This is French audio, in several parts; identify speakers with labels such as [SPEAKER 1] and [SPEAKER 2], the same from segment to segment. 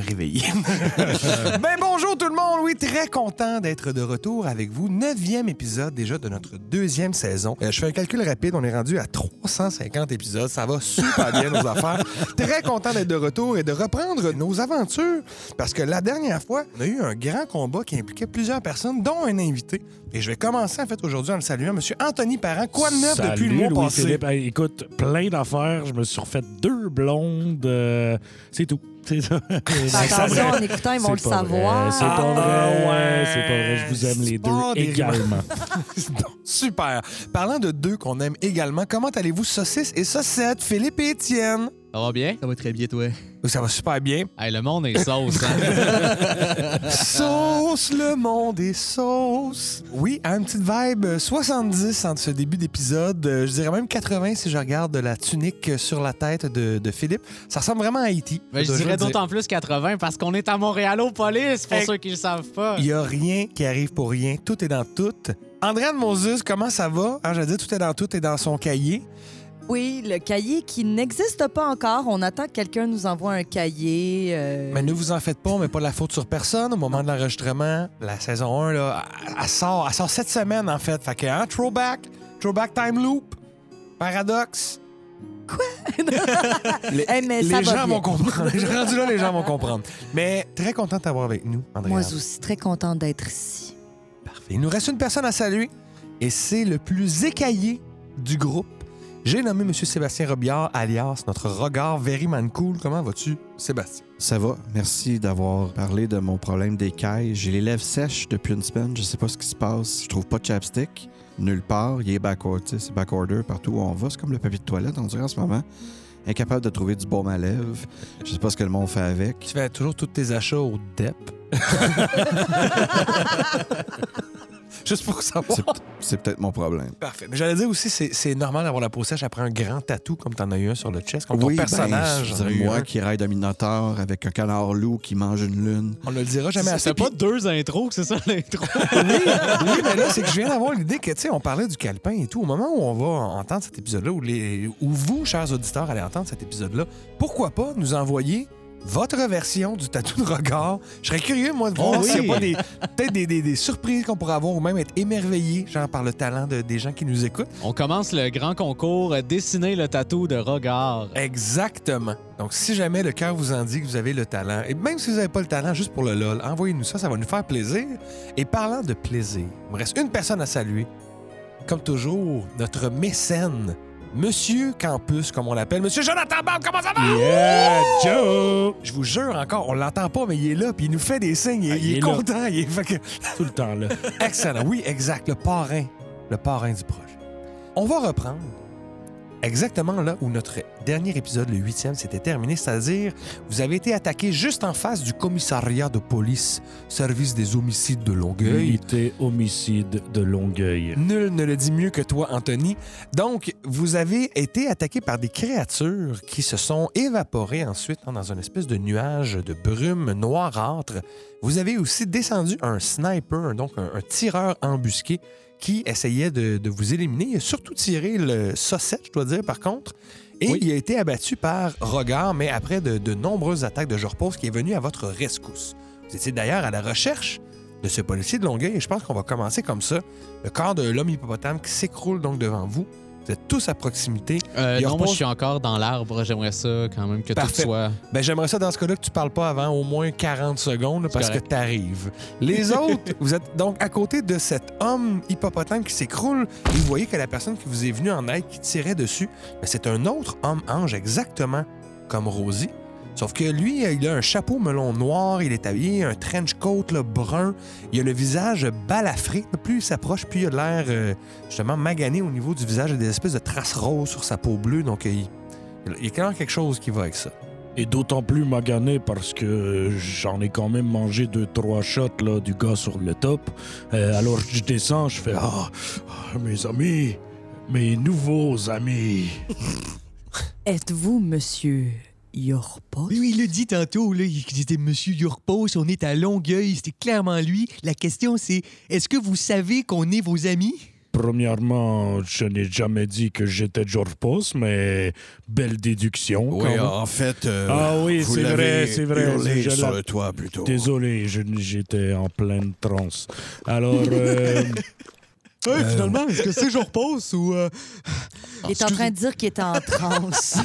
[SPEAKER 1] réveillé. ben bonjour tout le monde, oui, très content d'être de retour avec vous. Neuvième épisode déjà de notre deuxième saison. Euh, je fais un calcul rapide, on est rendu à 350 épisodes, ça va super bien nos affaires. Très content d'être de retour et de reprendre nos aventures parce que la dernière fois, on a eu un grand combat qui impliquait plusieurs personnes, dont un invité. Et je vais commencer en fait aujourd'hui en le saluant, Monsieur Anthony Parent. Quoi de neuf
[SPEAKER 2] Salut,
[SPEAKER 1] depuis le mois
[SPEAKER 2] Louis
[SPEAKER 1] passé?
[SPEAKER 2] Philippe. Hey, écoute, plein d'affaires. Je me suis refait deux blondes. euh, c'est tout. C'est ça.
[SPEAKER 3] Fais attention en écoutant, ils vont le
[SPEAKER 2] C'est pas vrai.
[SPEAKER 3] savoir.
[SPEAKER 2] C'est pas
[SPEAKER 1] Ah,
[SPEAKER 2] vrai.
[SPEAKER 1] ouais.
[SPEAKER 2] Ouais, c'est pas vrai. Je vous aime
[SPEAKER 1] C'est
[SPEAKER 2] les deux
[SPEAKER 1] pas des
[SPEAKER 2] également.
[SPEAKER 1] Bon, Super. Parlant de deux qu'on aime également, comment allez-vous, Saucisse et Saucette, Philippe et Étienne? Oh,
[SPEAKER 4] Ça va bien? Ça va très bien, toi.
[SPEAKER 1] Ça va super bien.
[SPEAKER 4] Hey, le monde est sauce, hein?
[SPEAKER 1] Sauce, le monde est sauce. Oui, à une petite vibe euh, 70 entre ce début d'épisode. Euh, Je dirais même 80 si je regarde la tunique euh, sur la tête de, de Philippe. Ça ressemble vraiment à E Haïti.
[SPEAKER 4] Ben, je dirais d'autant plus 80 parce qu'on est à Montréal-au-Police, pour
[SPEAKER 1] Hey.
[SPEAKER 4] ceux qui ne le savent pas.
[SPEAKER 1] Il n'y a rien qui arrive pour rien. Tout est dans tout. Andréane Moses, comment ça va? Hein, je veux dire, tout est dans tout est dans son cahier.
[SPEAKER 3] Ah Oui, le cahier qui n'existe pas encore. On attend que quelqu'un nous envoie un cahier. euh,
[SPEAKER 1] Mais ne vous en faites pas, on met pas de la faute sur personne. Au moment de l'enregistrement, la saison 1, là, elle- elle, sort, elle sort cette semaine, en fait. Fait que, hein, throwback, throwback time loop, paradoxe. les
[SPEAKER 3] Eh, mais ça
[SPEAKER 1] les
[SPEAKER 3] va
[SPEAKER 1] gens
[SPEAKER 3] bien.
[SPEAKER 1] vont comprendre. Rendu là, les gens vont comprendre. Mais très content de t'avoir avec nous, André.
[SPEAKER 3] Moi aussi, très contente d'être ici.
[SPEAKER 1] Il nous reste une personne à saluer, et c'est le plus écaillé du groupe. J'ai nommé M. Sébastien Robillard, alias notre regard very man cool. Comment vas-tu, Sébastien?
[SPEAKER 5] Ça va. Merci d'avoir parlé de mon problème d'écailles. J'ai les lèvres sèches depuis une semaine. Je sais pas ce qui se passe. Je trouve pas de chapstick. Nulle part. Il est backorder. tu sais, C'est backorder partout où on va. C'est comme le papier de toilette, on dirait en ce moment. Incapable de trouver du baume à lèvres. Je sais pas ce que le monde fait avec.
[SPEAKER 1] Tu fais toujours tous tes achats au E DEP. Juste pour savoir.
[SPEAKER 5] C'est peut- C'est peut-être mon problème.
[SPEAKER 1] Parfait. Mais j'allais dire aussi, c'est c'est normal d'avoir la peau sèche après un grand tatou comme t'en as eu un sur le chest, comme ton
[SPEAKER 5] ben,
[SPEAKER 1] personnage.
[SPEAKER 5] je
[SPEAKER 1] en a
[SPEAKER 5] dirais
[SPEAKER 1] eu
[SPEAKER 5] moi
[SPEAKER 1] un.
[SPEAKER 5] qui ride un minotaure avec un canard loup qui mange une lune.
[SPEAKER 1] On ne le dira jamais
[SPEAKER 4] C'est-
[SPEAKER 1] assez.
[SPEAKER 4] C'est pas deux intros que c'est ça, l'intro?
[SPEAKER 1] Puis- oui, mais là, c'est que je viens d'avoir l'idée que, tu sais, on parlait du calepin et tout. Au moment où on va entendre cet épisode-là, ou les- ou vous, chers auditeurs, allez entendre cet épisode-là, pourquoi pas nous envoyer votre version du tatou de regard? Je serais curieux, moi, de voir
[SPEAKER 4] Oh oui.
[SPEAKER 1] s'il n'y a pas des- peut-être des, des- des surprises qu'on pourrait avoir ou même être émerveillé, genre, par le talent de- des gens qui nous écoutent.
[SPEAKER 4] On commence le grand concours euh, Dessiner le tatou de regard.
[SPEAKER 1] Exactement. Donc, si jamais le cœur vous en dit que vous avez le talent, et même si vous n'avez pas le talent, juste pour le LOL, envoyez-nous ça, ça va nous faire plaisir. Et parlant de plaisir, il me reste une personne à saluer. Comme toujours, notre mécène, Monsieur Campus, comme on l'appelle. Monsieur Jonathan Barbe, comment ça va?
[SPEAKER 2] Yeah, Joe!
[SPEAKER 1] Je vous jure encore, on l'entend pas, mais il est là, puis il nous fait des signes, il,
[SPEAKER 2] Ah,
[SPEAKER 1] il
[SPEAKER 2] il
[SPEAKER 1] est,
[SPEAKER 2] est là.
[SPEAKER 1] content. Il est... fait que-
[SPEAKER 2] Tout le temps, là.
[SPEAKER 1] Excellent. Oui, exact. Le parrain. Le parrain du projet. On va reprendre exactement là où notre dernier épisode, le huitième, s'était terminé, c'est-à-dire vous avez été attaqué juste en face du commissariat de police, service des homicides de Longueuil.
[SPEAKER 2] Unité homicide de Longueuil.
[SPEAKER 1] Nul ne le dit mieux que toi, Anthony. Donc, vous avez été attaqué par des créatures qui se sont évaporées ensuite hein, dans une espèce de nuage de brume noirâtre. Vous avez aussi descendu un sniper, donc un, un tireur embusqué qui essayait de, de vous éliminer. Il a surtout tiré le saucette, je dois dire, par contre. Et
[SPEAKER 4] Oui.
[SPEAKER 1] il a été abattu par regard, mais après de, de nombreuses attaques de Jorpos qui est venu à votre rescousse. Vous étiez d'ailleurs à la recherche de ce policier de Longueuil et je pense qu'on va commencer comme ça. Le corps de l'homme hippopotame qui s'écroule donc devant vous. Vous êtes tous à proximité.
[SPEAKER 4] Euh,
[SPEAKER 1] Il
[SPEAKER 4] non, moi,
[SPEAKER 1] repose-
[SPEAKER 4] je suis encore dans l'arbre. J'aimerais ça quand même que
[SPEAKER 1] Parfait.
[SPEAKER 4] tout soit...
[SPEAKER 1] Ben, j'aimerais ça dans ce cas-là que tu parles pas avant au moins 40 secondes là, parce que
[SPEAKER 4] correct.
[SPEAKER 1] t'arrives. Les autres, vous êtes donc à côté de cet homme hippopotame qui s'écroule et vous voyez que la personne qui vous est venue en aide, qui tirait dessus, ben, c'est un autre homme ange exactement comme Rosie. Sauf que lui, euh, il a un chapeau melon noir, il est habillé, un trench coat là, brun, il a le visage balafré. Plus il s'approche, plus il a l'air euh, justement magané au niveau du visage, il y a des espèces de traces roses sur sa peau bleue. Donc, euh, il, il y a clairement quelque chose qui va avec ça.
[SPEAKER 2] Et d'autant plus magané parce que j'en ai quand même mangé deux, trois shots là, du gars sur le top. Euh, alors je descends, je fais Ah, ah, mes amis, mes nouveaux amis.
[SPEAKER 3] Êtes-vous monsieur Yorpot?
[SPEAKER 6] Oui, oui, il le dit tantôt, là, il disait Monsieur Yurpos, on est à Longueuil, c'était clairement lui. La question, c'est est-ce que vous savez qu'on est vos amis
[SPEAKER 2] Premièrement, je n'ai jamais dit que j'étais George Post, mais belle déduction. quand
[SPEAKER 1] Oui,
[SPEAKER 2] même.
[SPEAKER 1] en fait, euh,
[SPEAKER 2] Ah oui,
[SPEAKER 1] vous
[SPEAKER 2] c'est vrai,
[SPEAKER 1] l'avez
[SPEAKER 2] c'est vrai,
[SPEAKER 1] hurlé
[SPEAKER 2] je
[SPEAKER 1] sur
[SPEAKER 2] l'ai-
[SPEAKER 1] le toit plutôt.
[SPEAKER 2] Désolé, je- j'étais en pleine transe. Alors, euh,
[SPEAKER 6] Ouais, finalement, est-ce que c'est je repose ou. euh,
[SPEAKER 3] Il est en train de dire qu'il est en transe.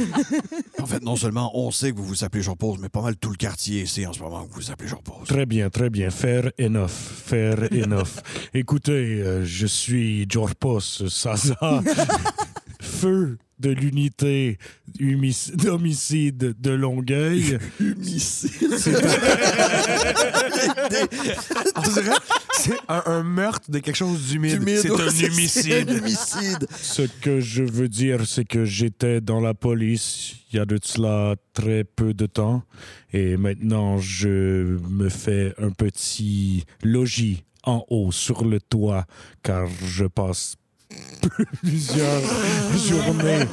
[SPEAKER 5] En fait, non seulement on sait que vous vous appelez Jean Pause, mais pas mal tout le quartier ici en ce moment que vous vous appelez Jean Pause.
[SPEAKER 2] très bien, très bien. Faire enough, faire enough. Écoutez, euh, je suis George Post, Saza, feu de l'unité humic- d'homicide de Longueuil.
[SPEAKER 1] On dirait Ah, c'est un, un meurtre de quelque chose d'humide. C'est un humicide.
[SPEAKER 5] humicide.
[SPEAKER 2] Ce que je veux dire, c'est que j'étais dans la police il y a de cela très peu de temps. Et maintenant, je me fais un petit logis en haut sur le toit, car je passe plusieurs journées.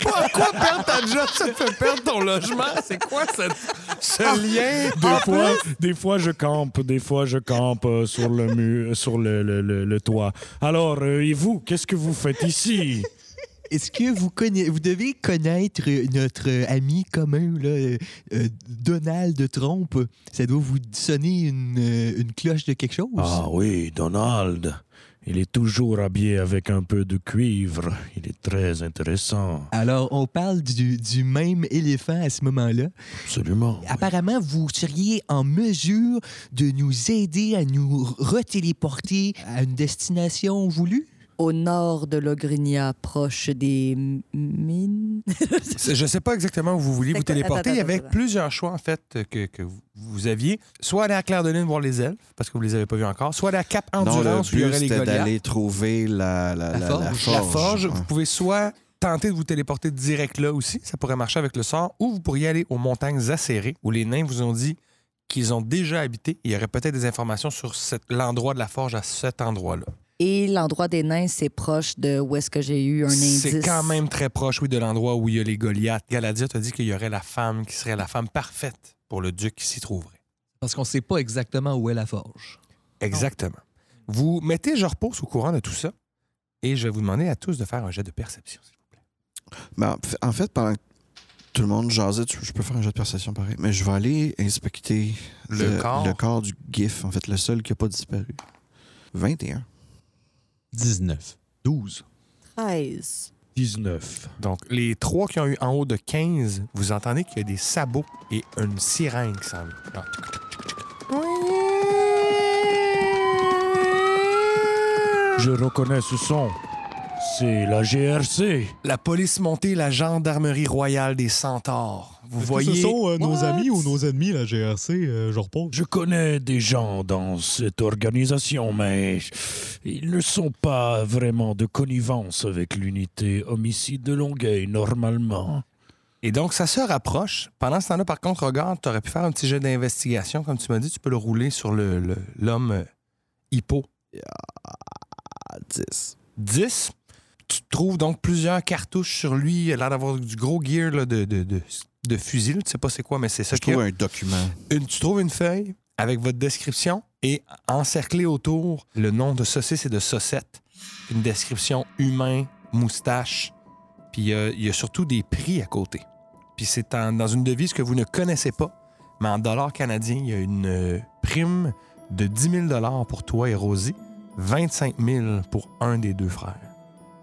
[SPEAKER 1] Pourquoi perdre ta job, ça te fait perdre ton logement? C'est quoi cette- ce lien?
[SPEAKER 2] Des fois, des fois, je campe, des fois, je campe euh, sur le mur, sur le, le- le- le toit. Alors, euh, et vous, qu'est-ce que vous faites ici?
[SPEAKER 6] Est-ce que vous, conna- vous devez connaître euh, notre euh, ami commun, là, euh, euh, Donald Trump? Ça doit vous sonner une, euh, une cloche de quelque chose?
[SPEAKER 2] Ah oui, Donald. Il est toujours habillé avec un peu de cuivre. Il est très intéressant.
[SPEAKER 6] Alors, on parle du, du même éléphant à ce moment-là.
[SPEAKER 2] Absolument.
[SPEAKER 7] Ah,
[SPEAKER 6] Apparemment, vous seriez en mesure de nous aider à nous retéléporter à une destination voulue?
[SPEAKER 3] Au nord de Logrinia, proche des m- mines.
[SPEAKER 1] C'est- Je sais pas exactement où vous vouliez
[SPEAKER 3] C'est
[SPEAKER 1] vous
[SPEAKER 3] quoi?
[SPEAKER 1] téléporter.
[SPEAKER 3] Attends,
[SPEAKER 1] Il y
[SPEAKER 3] attends,
[SPEAKER 1] avait
[SPEAKER 3] attends.
[SPEAKER 1] plusieurs choix, en fait, que, que vous- vous aviez. Soit aller à Claire de Lune voir les elfes, parce que vous les avez pas vus encore. Soit aller à Cap
[SPEAKER 5] Non, le
[SPEAKER 1] Endurance, où il y
[SPEAKER 5] but,
[SPEAKER 1] aurait les
[SPEAKER 5] c'était
[SPEAKER 1] Goliaths.
[SPEAKER 5] d'aller trouver la, la,
[SPEAKER 6] La
[SPEAKER 5] la-
[SPEAKER 6] forge.
[SPEAKER 5] la forge.
[SPEAKER 1] La forge,
[SPEAKER 5] Ouais.
[SPEAKER 1] vous pouvez soit tenter de vous téléporter direct là aussi, ça pourrait marcher avec le sort, ou vous pourriez aller aux montagnes acérées, où les nains vous ont dit qu'ils ont déjà habité. Il y aurait peut-être des informations sur cet- l'endroit de la forge à cet endroit-là.
[SPEAKER 3] Et l'endroit des nains, c'est proche de où est-ce que j'ai eu un indice.
[SPEAKER 1] C'est quand même très proche, oui, de l'endroit où il y a les Goliaths. Galadia t'a dit qu'il y aurait la femme qui serait la femme parfaite pour le duc qui s'y trouverait.
[SPEAKER 6] Parce qu'on ne sait pas exactement où est la forge.
[SPEAKER 1] Exactement. Vous mettez je repose au courant de tout ça et je vais vous demander à tous de faire un jet de perception. s'il vous plaît.
[SPEAKER 5] Mais en f- en fait, pendant que tout le monde jasait, tu- je peux faire un jeu de perception pareil, mais je vais aller inspecter
[SPEAKER 1] Le corps.
[SPEAKER 5] du GIF, en fait, le seul qui n'a pas disparu. 21.
[SPEAKER 4] 19.
[SPEAKER 6] 12.
[SPEAKER 3] 13.
[SPEAKER 2] 19.
[SPEAKER 1] Donc, les trois qui ont eu en haut de 15, vous entendez qu'il y a des sabots et une sirène qui s'en vient. Ah, tchou, tchou, tchou, tchou.
[SPEAKER 2] Je reconnais ce son. C'est la GRC.
[SPEAKER 1] La police montée, la gendarmerie royale des centaures. Vous voyez.
[SPEAKER 6] ce sont
[SPEAKER 8] euh,
[SPEAKER 6] euh, nos
[SPEAKER 3] What?
[SPEAKER 6] amis ou nos ennemis, la GRC, je repose?
[SPEAKER 2] Je connais des gens dans cette organisation, mais ils ne sont pas vraiment de connivence avec l'unité homicide de Longueuil, normalement.
[SPEAKER 1] Et donc, ça se rapproche. Pendant ce temps-là, par contre, regarde, tu aurais pu faire un petit jet d'investigation. Comme tu m'as dit, tu peux le rouler sur le- le- l'homme euh, hippo.
[SPEAKER 5] À 10.
[SPEAKER 1] 10. Tu trouves donc plusieurs cartouches sur lui. Il a l'air d'avoir du gros gear là, de, de, de- de fusil. là. Tu sais pas c'est quoi, mais c'est ça
[SPEAKER 5] Je
[SPEAKER 1] qu'il y a.
[SPEAKER 5] trouve un document.
[SPEAKER 1] Une- tu trouves une feuille avec votre description et encerclé autour le nom de saucisse et de saucette. Une description humain, moustache. Puis euh, il y a surtout des prix à côté. Puis c'est en- dans une devise que vous ne connaissez pas, mais en dollars canadiens, il y a une euh, prime de 10 000 pour toi et Rosie, 25 000 pour un des deux frères.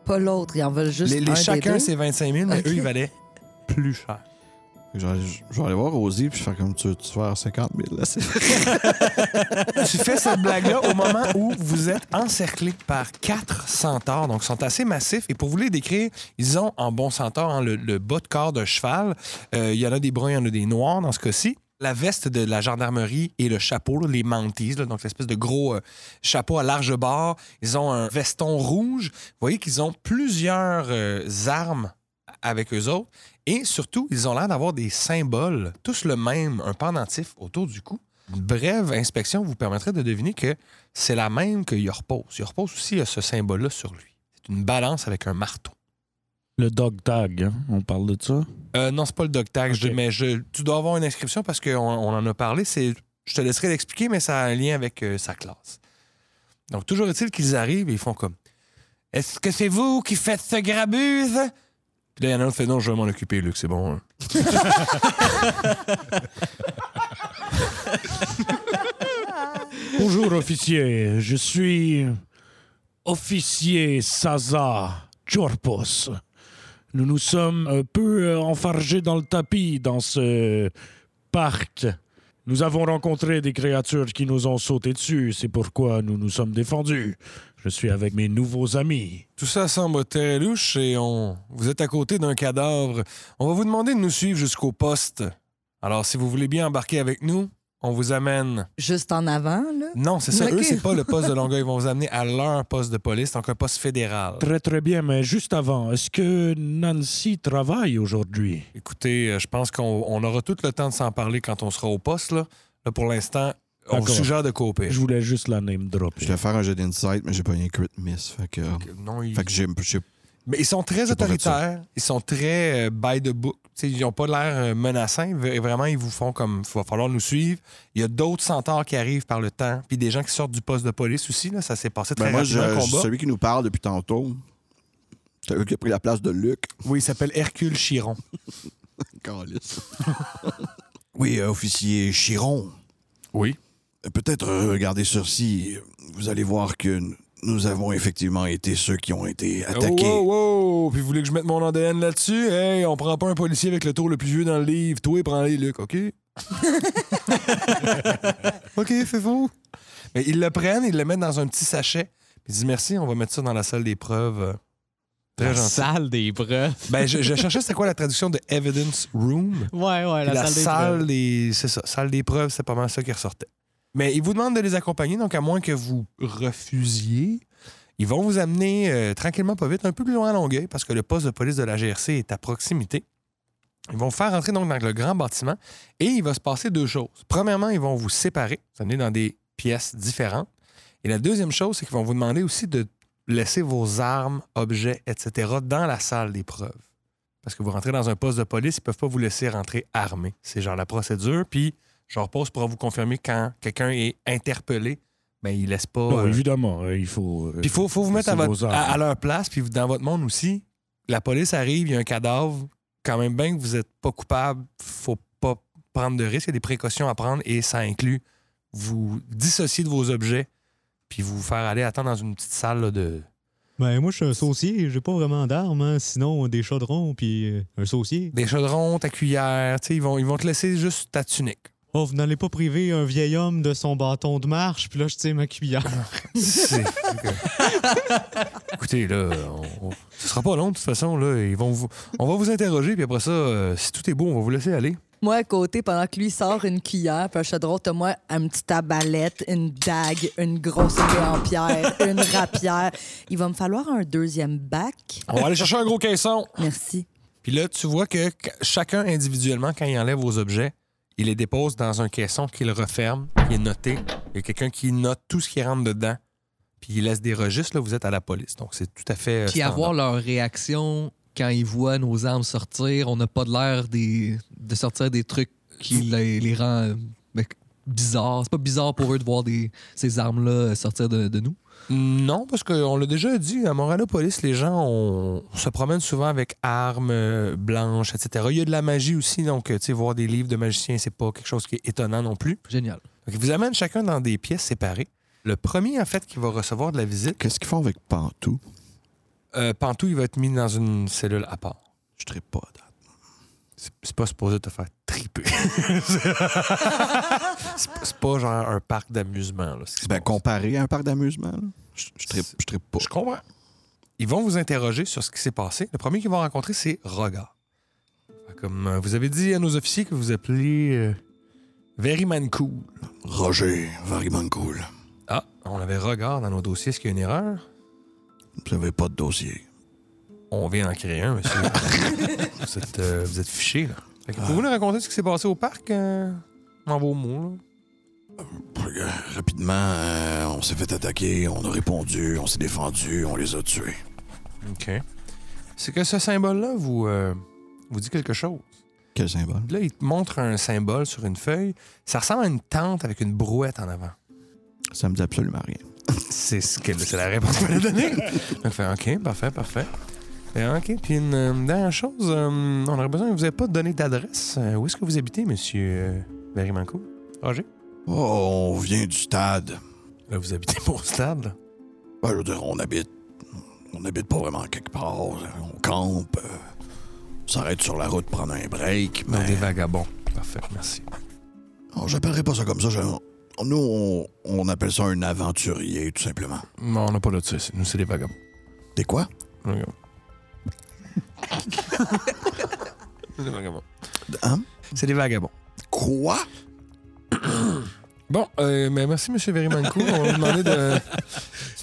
[SPEAKER 3] Pas l'autre, ils en veulent juste
[SPEAKER 1] Les, les
[SPEAKER 3] un des
[SPEAKER 1] chacun,
[SPEAKER 3] deux.
[SPEAKER 1] c'est 25 000, mais
[SPEAKER 3] Ok.
[SPEAKER 1] eux, ils valaient plus cher.
[SPEAKER 5] Je vais aller- je vais aller voir Rosie puis je vais faire comme tu veux faire 50 000. Là, c'est-
[SPEAKER 1] tu fais cette blague-là au moment où vous êtes encerclé par quatre centaures, donc ils sont assez massifs. Et pour vous les décrire, ils ont en bon centaure hein, le, le bas de corps d'un cheval. Euh, Il y en a des bruns, il y en a des noirs dans ce cas-ci. La veste de la gendarmerie et le chapeau, là, les mantis, là, donc l'espèce de gros euh, chapeau à large barre. Ils ont un veston rouge. Vous voyez qu'ils ont plusieurs euh, armes avec eux autres. Et surtout, ils ont l'air d'avoir des symboles, tous le même, un pendentif autour du cou. Une brève inspection vous permettrait de deviner que c'est la même que Yorpos. Yorpos aussi a ce symbole-là sur lui. C'est une balance avec un marteau.
[SPEAKER 2] Le dog tag, hein, on parle de ça?
[SPEAKER 1] Euh, non, c'est pas le dog tag, je-
[SPEAKER 2] Ok.
[SPEAKER 1] mais je- tu dois avoir une inscription parce qu'on on en a parlé. C'est, je te laisserai l'expliquer, mais ça a un lien avec euh, sa classe. Donc, toujours est-il qu'ils arrivent et ils font comme Est-ce que c'est vous qui faites ce grabuse Puis là, il y en a un qui fait Non, je vais m'en occuper, Luc, c'est bon. hein.
[SPEAKER 2] Bonjour, officier. Je suis officier Saza Chorpos. Nous nous sommes un peu euh, enfargés dans le tapis dans ce parc. Nous avons rencontré des créatures qui nous ont sauté dessus. C'est pourquoi nous nous sommes défendus. Je suis avec mes nouveaux amis.
[SPEAKER 1] Tout ça semble très louche et on... vous êtes à côté d'un cadavre. On va vous demander de nous suivre jusqu'au poste. Alors, si vous voulez bien embarquer avec nous, on vous amène.
[SPEAKER 3] Juste en avant, là.
[SPEAKER 1] Non, c'est ça.
[SPEAKER 3] Ok.
[SPEAKER 1] Eux, c'est pas le poste de Longueuil. Ils vont vous amener à leur poste de police, donc un poste fédéral.
[SPEAKER 2] Très très bien, mais juste avant, est-ce que Nancy travaille aujourd'hui
[SPEAKER 1] Écoutez, euh, je pense qu'on on aura tout le temps de s'en parler quand on sera au poste. Là, Là, pour l'instant, on vous
[SPEAKER 2] D'accord.
[SPEAKER 1] suggère de coopérer.
[SPEAKER 2] Je voulais juste la name drop.
[SPEAKER 5] Je vais faire un jeu d'insight, mais j'ai pas rien crit miss. Fait que,
[SPEAKER 1] Non, ils-
[SPEAKER 5] fait que j'ai. j'ai-
[SPEAKER 1] Mais ils sont très
[SPEAKER 5] J'ai pas fait ça.
[SPEAKER 1] autoritaires. Ils sont très euh, by the book. T'sais, ils n'ont pas l'air euh, menaçants. V- Vraiment, ils vous font comme il va falloir nous suivre. Il y a d'autres centaures qui arrivent par le temps. Puis des gens qui sortent du poste de police aussi. Là. Ça s'est passé très
[SPEAKER 5] Ben moi, je,
[SPEAKER 1] rapidement, le combat.
[SPEAKER 5] celui qui nous parle depuis tantôt, c'est eux qui a pris la place de Luc.
[SPEAKER 1] Oui, il s'appelle Hercule Chiron.
[SPEAKER 5] Câlisse. oui, euh, officier Chiron.
[SPEAKER 1] Oui.
[SPEAKER 5] Euh, Peut-être euh, regardez ceci. Vous allez voir que n- nous avons effectivement été ceux qui ont été attaqués.
[SPEAKER 1] Oh, oh, oh. Puis vous voulez que je mette mon ADN là-dessus? Hey, on prend pas un policier avec le tour le plus vieux dans le livre. Toi, prends-les, Luc, OK? OK, c'est vous. Mais ils le prennent, ils le mettent dans un petit sachet. Puis ils disent merci, on va mettre ça dans la salle des preuves. Euh, Très
[SPEAKER 4] La
[SPEAKER 1] gentil.
[SPEAKER 4] salle des preuves.
[SPEAKER 1] Ben, je, je cherchais c'était quoi la traduction de evidence room.
[SPEAKER 4] Ouais, ouais,
[SPEAKER 1] Puis
[SPEAKER 4] la,
[SPEAKER 1] La,
[SPEAKER 4] salle des
[SPEAKER 1] salle
[SPEAKER 4] preuves.
[SPEAKER 1] des, c'est ça, salle des preuves, c'est pas mal ça qui ressortait. Mais ils vous demandent de les accompagner, donc à moins que vous refusiez, ils vont vous amener euh, tranquillement, pas vite, un peu plus loin à Longueuil, parce que le poste de police de la GRC est à proximité. Ils vont vous faire entrer donc dans le grand bâtiment et il va se passer deux choses. Premièrement, ils vont vous séparer, vous amener dans des pièces différentes. Et la deuxième chose, c'est qu'ils vont vous demander aussi de laisser vos armes, objets, etc. dans la salle des preuves. Parce que vous rentrez dans un poste de police, ils peuvent pas vous laisser rentrer armé. C'est genre la procédure. Puis, je repose pour vous confirmer quand quelqu'un est interpellé, ben il laisse pas.
[SPEAKER 2] Non,
[SPEAKER 1] euh,
[SPEAKER 2] évidemment, euh, il faut. euh,
[SPEAKER 1] puis il faut, faut vous mettre à,
[SPEAKER 2] laisser
[SPEAKER 1] votre-
[SPEAKER 2] vos armes.
[SPEAKER 1] à- à leur place, puis dans votre monde aussi. La police arrive, il y a un cadavre. Quand même bien que vous n'êtes pas coupable, faut pas prendre de risques. Il y a des précautions à prendre et ça inclut vous dissocier de vos objets, puis vous faire aller attendre dans une petite salle là, de.
[SPEAKER 8] Ben, moi, je suis un saucier. J'ai pas vraiment d'armes, hein. sinon des chaudrons puis euh, un saucier.
[SPEAKER 1] Des chaudrons, ta cuillère, tu sais, ils vont, ils vont te laisser juste ta tunique.
[SPEAKER 8] Oh, vous n'allez pas priver un vieil homme de son bâton de marche, puis là, je tiens ma cuillère.
[SPEAKER 1] C'est- Écoutez, là, on- on- ce sera pas long de toute façon. Là, ils vont vous- on va vous interroger, puis après ça, euh, si tout est beau, on va vous laisser aller.
[SPEAKER 3] Moi, à côté, pendant que lui sort une cuillère, puis un chaudron, t'as moi une petite tabalette, une dague, une grosse épée en pierre, une rapière. Il va me falloir un deuxième bac.
[SPEAKER 1] On va aller chercher un gros caisson.
[SPEAKER 3] Merci.
[SPEAKER 1] Puis là, tu vois que qu- chacun individuellement, quand il enlève vos objets, il les dépose dans un caisson qu'il referme, qui est noté. Il y a quelqu'un qui note tout ce qui rentre dedans. Puis il laisse des registres, là, vous êtes à la police. Donc c'est tout à fait. euh,
[SPEAKER 7] Puis
[SPEAKER 1] standard.
[SPEAKER 7] avoir leur réaction quand ils voient nos armes sortir, on n'a pas de l'air des- de sortir des trucs qui les, les rend euh, ben, bizarres. C'est pas bizarre pour eux de voir des, ces armes-là euh, sortir de, de nous.
[SPEAKER 1] Non, parce qu'on l'a déjà dit, à Moranopolis, les gens on, on se promène souvent avec armes euh, blanches, etc. Il y a de la magie aussi, donc, euh, tu sais, voir des livres de magiciens, c'est pas quelque chose qui est étonnant non plus.
[SPEAKER 7] Génial.
[SPEAKER 1] Donc, ils vous amènent chacun dans des pièces séparées. Le premier, en fait, qui va recevoir de la visite,
[SPEAKER 5] Qu'est-ce qu'ils font avec Pantou?
[SPEAKER 1] euh, Pantou, il va être mis dans une cellule à part.
[SPEAKER 5] Je ne pas. Dan.
[SPEAKER 1] C'est c'est pas supposé te faire triper. c'est pas- c'est pas genre un parc d'amusement. là, ce qui se
[SPEAKER 5] Ben,
[SPEAKER 1] passe.
[SPEAKER 5] comparé à un parc d'amusement, là, je ne trippe je trippe pas.
[SPEAKER 1] Je comprends. Ils vont vous interroger sur ce qui s'est passé. Le premier qu'ils vont rencontrer, c'est Rogard. Comme euh, vous avez dit à nos officiers que vous appelez euh, Very Man Cool.
[SPEAKER 5] Roger Varimancool,
[SPEAKER 1] Ah, on avait Rogard dans nos dossiers. Est-ce qu'il y a une erreur?
[SPEAKER 5] vous n'avez pas de dossier.
[SPEAKER 1] On vient d'en créer un, monsieur. vous êtes, euh, vous êtes fiché, là. Fait que pouvez-vous nous raconter ce qui s'est passé au parc? euh, en beaux mots, là.
[SPEAKER 5] Euh, Rapidement, euh, on s'est fait attaquer, on a répondu, on s'est défendu, on les a tués.
[SPEAKER 1] OK. C'est que ce symbole-là vous, euh, vous dit quelque chose.
[SPEAKER 5] Quel symbole.
[SPEAKER 1] Là, il te montre un symbole sur une feuille. Ça ressemble à une tente avec une brouette en avant.
[SPEAKER 5] Ça me dit absolument rien.
[SPEAKER 1] C'est ce que- c'est la réponse qu'on a donnée. Donc, fait, OK, parfait, parfait. Et, OK, puis une euh, dernière chose, euh, on aurait besoin que vous n'avez pas donné d'adresse. Euh, où est-ce que vous habitez, monsieur euh, Barry Manco? Roger?
[SPEAKER 5] Oh, on vient du stade.
[SPEAKER 1] Là, vous habitez mon stade, là.
[SPEAKER 5] Ben, je veux dire, on habite. On n'habite pas vraiment quelque part. On campe. euh, on s'arrête sur la route, prendre un break.
[SPEAKER 1] Dans
[SPEAKER 5] Mais.
[SPEAKER 1] des vagabonds. Parfait, merci.
[SPEAKER 5] Oh, J'appellerais pas ça comme ça. je- Nous, on, on appelle ça un aventurier, tout simplement.
[SPEAKER 1] Non, on n'a pas de ça. Nous, c'est des vagabonds.
[SPEAKER 5] T'es quoi?
[SPEAKER 1] Vagabonds. c'est des vagabonds.
[SPEAKER 5] Hein?
[SPEAKER 1] C'est des vagabonds.
[SPEAKER 5] Quoi?
[SPEAKER 1] Bon, euh, mais merci, M. Verimanco. On va vous demander de.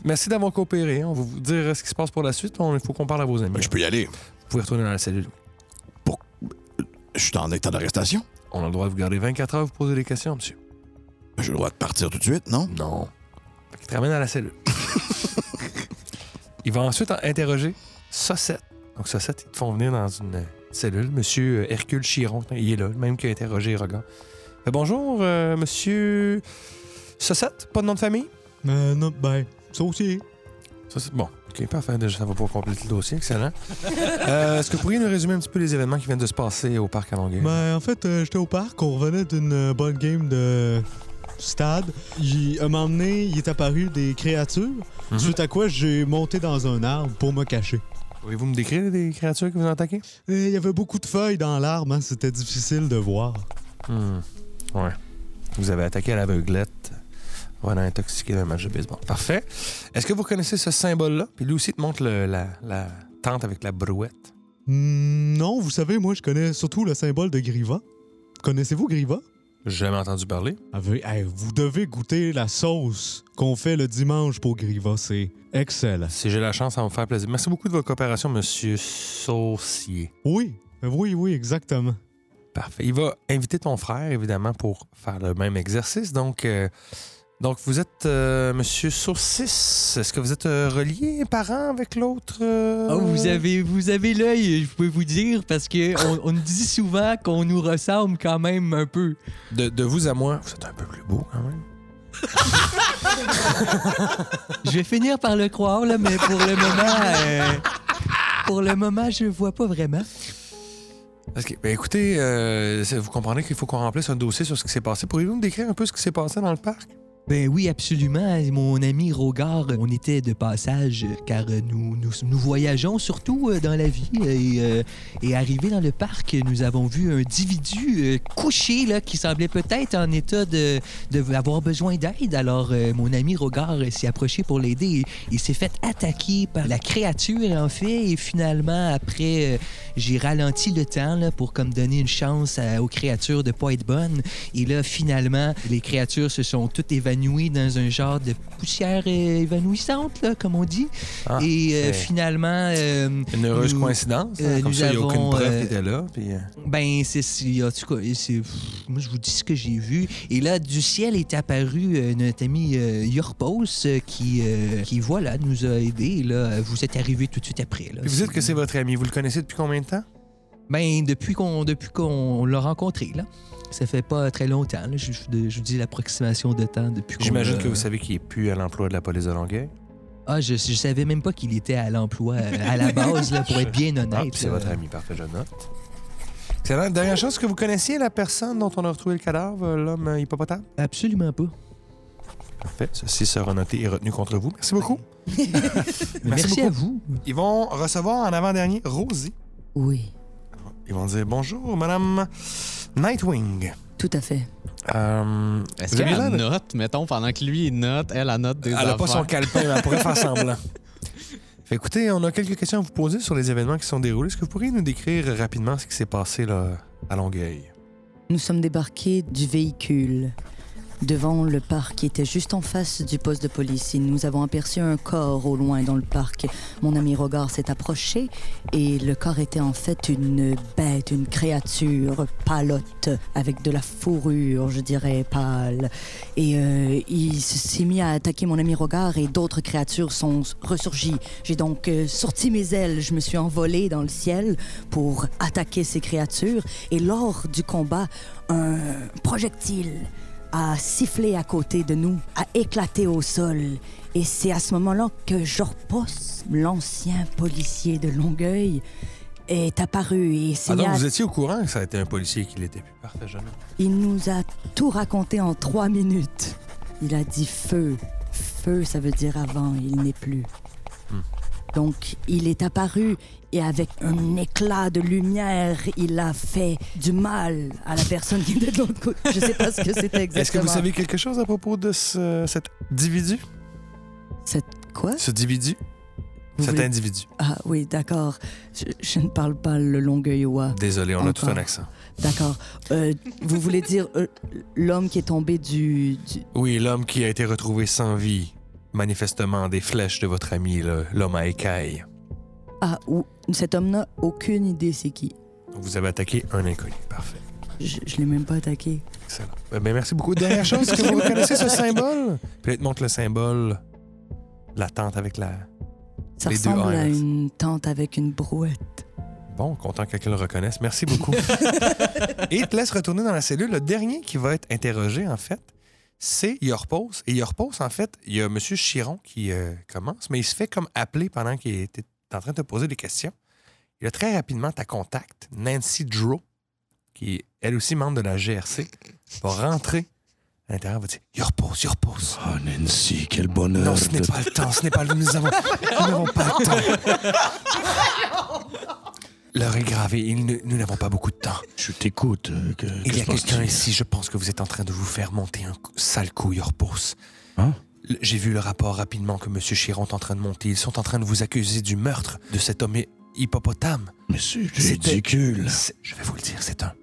[SPEAKER 1] Merci d'avoir coopéré. On va vous dire ce qui se passe pour la suite. On- Il faut qu'on parle à vos amis.
[SPEAKER 5] Ben, je peux y aller.
[SPEAKER 1] Vous pouvez retourner dans la cellule.
[SPEAKER 5] Je suis en état d'arrestation.
[SPEAKER 1] On a le droit de vous garder 24 heures pour poser des questions, monsieur.
[SPEAKER 5] Ben, J'ai le droit de partir tout de suite, non?
[SPEAKER 1] Non. Il te ramène à la cellule. il va ensuite en- interroger Sossette. Donc, Sossette, ils te font venir dans une euh, cellule. Monsieur euh, Hercule Chiron, il est là, le même qui a interrogé Rogan. Fait, bonjour, euh, monsieur Sossette, pas de nom de famille?
[SPEAKER 8] Euh, non, ben, saucier.
[SPEAKER 1] Ça, c'est- bon, ok, parfait. Déjà, ça va pouvoir compléter le dossier. Excellent. Euh, Est-ce que vous pourriez nous résumer un petit peu les événements qui viennent de se passer au parc à Longueuil?
[SPEAKER 8] Ben, en fait, euh, j'étais au parc, on revenait d'une euh, bonne game de stade. Il, à un moment donné, il est apparu des créatures,
[SPEAKER 1] Mhm.
[SPEAKER 8] suite à quoi j'ai monté dans un arbre pour me cacher.
[SPEAKER 1] Pouvez-vous me décrire les créatures que vous attaquez?
[SPEAKER 8] Et Il y avait beaucoup de feuilles dans l'arbre, hein, c'était difficile de voir.
[SPEAKER 1] Hmm. Ouais. Vous avez attaqué à l'aveuglette. Voilà, intoxiqué d'un match de baseball. Parfait. Est-ce que vous connaissez ce symbole-là? Puis lui aussi, il te montre le- la, la tente avec la brouette.
[SPEAKER 8] Hmm, non, vous savez, moi, je connais surtout le symbole de Griva. Connaissez-vous Griva?
[SPEAKER 1] Jamais entendu parler.
[SPEAKER 8] Avez- hey, Ah, vous devez goûter la sauce qu'on fait le dimanche pour Griva, c'est excellent.
[SPEAKER 1] Si j'ai la chance, ça va me faire plaisir. Merci beaucoup de votre coopération, monsieur Saucier.
[SPEAKER 8] Oui, oui, oui, exactement.
[SPEAKER 1] Parfait. Il va inviter ton frère, évidemment, pour faire le même exercice. Donc, euh, donc vous êtes euh, monsieur Saucisse. Est-ce que vous êtes euh, relié, parent avec l'autre? euh?
[SPEAKER 7] Oh, vous avez, vous avez l'œil, je peux vous dire, parce que on, on nous dit souvent qu'on nous ressemble quand même un peu.
[SPEAKER 1] De, de vous à moi, vous êtes un peu plus beau quand même.
[SPEAKER 7] Je vais finir par le croire, là, mais pour le moment, euh, pour le moment, je vois pas vraiment.
[SPEAKER 1] OK. Ben écoutez, euh, c'est- vous comprenez qu'il faut qu'on remplisse un dossier sur ce qui s'est passé. Pourriez-vous me décrire un peu ce qui s'est passé dans le parc?
[SPEAKER 7] Ben oui, absolument. Mon ami Rogard, on était de passage euh, car euh, nous, nous, nous voyageons surtout euh, dans la vie. euh, Et, euh, et arrivé dans le parc, nous avons vu un individu euh, couché là, qui semblait peut-être en état de, de avoir besoin d'aide. Alors euh, mon ami Rogard euh, s'est approché pour l'aider. Il, il s'est fait attaquer par la créature en fait. Et finalement, après, euh, j'ai ralenti le temps là, pour comme donner une chance à- aux créatures de pas être bonnes. Et là, finalement, les créatures se sont toutes évanouies dans un genre de poussière euh, évanouissante, là, comme on dit.
[SPEAKER 1] Ah,
[SPEAKER 7] et euh,
[SPEAKER 1] c'est-
[SPEAKER 7] finalement, euh,
[SPEAKER 1] Une heureuse
[SPEAKER 7] Nous-
[SPEAKER 1] coïncidence. hein?
[SPEAKER 7] euh,
[SPEAKER 1] Comme
[SPEAKER 7] nous
[SPEAKER 1] ça, il n'y a
[SPEAKER 7] avons,
[SPEAKER 1] aucune preuve
[SPEAKER 7] euh,
[SPEAKER 1] qui était là. Puis, euh,
[SPEAKER 7] ben, c'est. c'est- En tout cas, c'est- pff, moi, je vous dis ce que j'ai vu. Et là, du ciel est apparu euh, notre ami euh, Yorpos euh, qui, euh, qui, voilà, nous a aidés. Et Là, vous êtes arrivés tout de suite après. Là.
[SPEAKER 1] Puis vous dites que c'est votre ami. Vous le connaissez depuis combien de temps?
[SPEAKER 7] Ben, depuis qu'on depuis qu'on l'a rencontré, là. Ça fait pas très longtemps. là. Je, je- je vous dis l'approximation de temps depuis qu'on
[SPEAKER 1] J'imagine
[SPEAKER 7] l'a-
[SPEAKER 1] que vous savez qu'il n'est plus à l'emploi de la police de Longueuil.
[SPEAKER 7] Ah, je, je savais même pas qu'il était à l'emploi euh, à la base, là, pour être bien
[SPEAKER 1] Ah,
[SPEAKER 7] honnête. euh,
[SPEAKER 1] puis c'est
[SPEAKER 7] là.
[SPEAKER 1] votre ami. Parfait, je note. Excellent. Dernière chose, est-ce que vous connaissiez la personne dont on a retrouvé le cadavre, euh, l'homme euh, hippopotame?
[SPEAKER 7] Absolument pas.
[SPEAKER 1] Parfait. Ceci sera noté et retenu contre vous. Merci beaucoup.
[SPEAKER 7] Mais
[SPEAKER 1] Merci
[SPEAKER 7] Merci,
[SPEAKER 1] beaucoup.
[SPEAKER 7] à vous.
[SPEAKER 1] Ils vont recevoir en avant-dernier Rosie.
[SPEAKER 3] Oui,
[SPEAKER 1] Ils vont dire bonjour, madame Nightwing.
[SPEAKER 3] tout à fait.
[SPEAKER 1] Euh,
[SPEAKER 4] Est-ce
[SPEAKER 1] vous
[SPEAKER 4] qu'elle
[SPEAKER 1] avez
[SPEAKER 4] a
[SPEAKER 1] l'air de-
[SPEAKER 4] note, mettons, pendant que lui, il note, elle, a note des
[SPEAKER 1] Elle
[SPEAKER 4] affaires.
[SPEAKER 1] n'a pas son calepin, mais elle pourrait faire semblant. Fait, écoutez, on a quelques questions à vous poser sur les événements qui sont déroulés. Est-ce que vous pourriez nous décrire rapidement ce qui s'est passé là, à Longueuil?
[SPEAKER 3] Nous sommes débarqués du véhicule devant le parc qui était juste en face du poste de police et nous avons aperçu un corps au loin dans le parc. Mon ami Rogard s'est approché et le corps était en fait une bête, une créature palote avec de la fourrure, je dirais, pâle. Et euh, il s- s'est mis à attaquer mon ami Rogard et d'autres créatures sont s- ressurgies. J'ai donc euh, sorti mes ailes, je me suis envolée dans le ciel pour attaquer ces créatures et lors du combat, un projectile a sifflé à côté de nous, a éclaté au sol. Et c'est à ce moment-là que Jorpos, l'ancien policier de Longueuil, est apparu et
[SPEAKER 1] Ah donc,
[SPEAKER 3] signale-
[SPEAKER 1] vous étiez au courant que ça a été un policier qui l'était plus. Parfait, jamais.
[SPEAKER 3] il nous a tout raconté en trois minutes. Il a dit feu. Feu, ça veut dire avant, il n'est plus.
[SPEAKER 1] Hmm.
[SPEAKER 3] Donc, il est apparu et avec un éclat de lumière, il a fait du mal à la personne qui était de l'autre côté. Je sais pas ce que c'était exactement.
[SPEAKER 1] Est-ce que vous savez quelque chose à propos de ce- cet individu?
[SPEAKER 3] quoi
[SPEAKER 1] Ce individu?
[SPEAKER 3] Hein? Vous
[SPEAKER 1] Cet
[SPEAKER 3] voulez-
[SPEAKER 1] individu.
[SPEAKER 3] Ah oui, d'accord. Je, je ne parle pas le longueuillois.
[SPEAKER 1] Désolé, on a tout
[SPEAKER 3] Ah. Encore.
[SPEAKER 1] un accent.
[SPEAKER 3] D'accord. Euh, vous voulez dire euh, l'homme qui est tombé du, du-
[SPEAKER 1] Oui, l'homme qui a été retrouvé sans vie, manifestement des flèches de votre ami, le- l'homme à écailles.
[SPEAKER 3] Ah, ou cet homme n'a aucune idée c'est qui.
[SPEAKER 1] Vous avez attaqué un inconnu. Parfait.
[SPEAKER 3] Je, je l'ai même pas attaqué.
[SPEAKER 1] Excellent. Euh, ben, merci beaucoup. Dernière chose, est-ce que vous reconnaissez ce symbole? Puis là, il te montre le symbole, la tente avec la...
[SPEAKER 3] Ça
[SPEAKER 1] Les deux
[SPEAKER 3] ressemble à
[SPEAKER 1] RS.
[SPEAKER 3] une tente avec une brouette.
[SPEAKER 1] Bon, content que quelqu'un le reconnaisse. Merci beaucoup. et il te laisse retourner dans la cellule. Le dernier qui va être interrogé, en fait, c'est Yorpos. Et Yorpos, en fait, il y a M. Chiron qui euh, commence, mais il se fait comme appeler pendant qu'il était en train de te poser des questions. Il a très rapidement ta contact, Nancy Drew, qui est elle aussi membre de la GRC, va rentrer à l'intérieur, va dire Yorpos, Yorpos.
[SPEAKER 2] Ah, Nancy, quel bonheur.
[SPEAKER 1] Non, ce n'est
[SPEAKER 2] de-
[SPEAKER 1] pas le temps, ce n'est pas le Nous avons, nous n'avons pas le temps. L'heure est grave et il ne- nous n'avons pas beaucoup de temps.
[SPEAKER 2] Je t'écoute. euh, que- que
[SPEAKER 1] Il y a
[SPEAKER 2] se passe-t-il?
[SPEAKER 1] quelqu'un ici, je pense que vous êtes en train de vous faire monter un cou- sale coup, Yorpos.
[SPEAKER 2] Hein?
[SPEAKER 1] Le- J'ai vu le rapport rapidement que M. Chiron est en train de monter. Ils sont en train de vous accuser du meurtre de cet homme hi- hippopotame.
[SPEAKER 2] Mais c'est
[SPEAKER 1] C'était-
[SPEAKER 2] ridicule.
[SPEAKER 1] C'est- Je vais vous le dire, c'est un...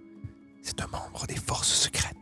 [SPEAKER 1] C'est un membre des forces secrètes.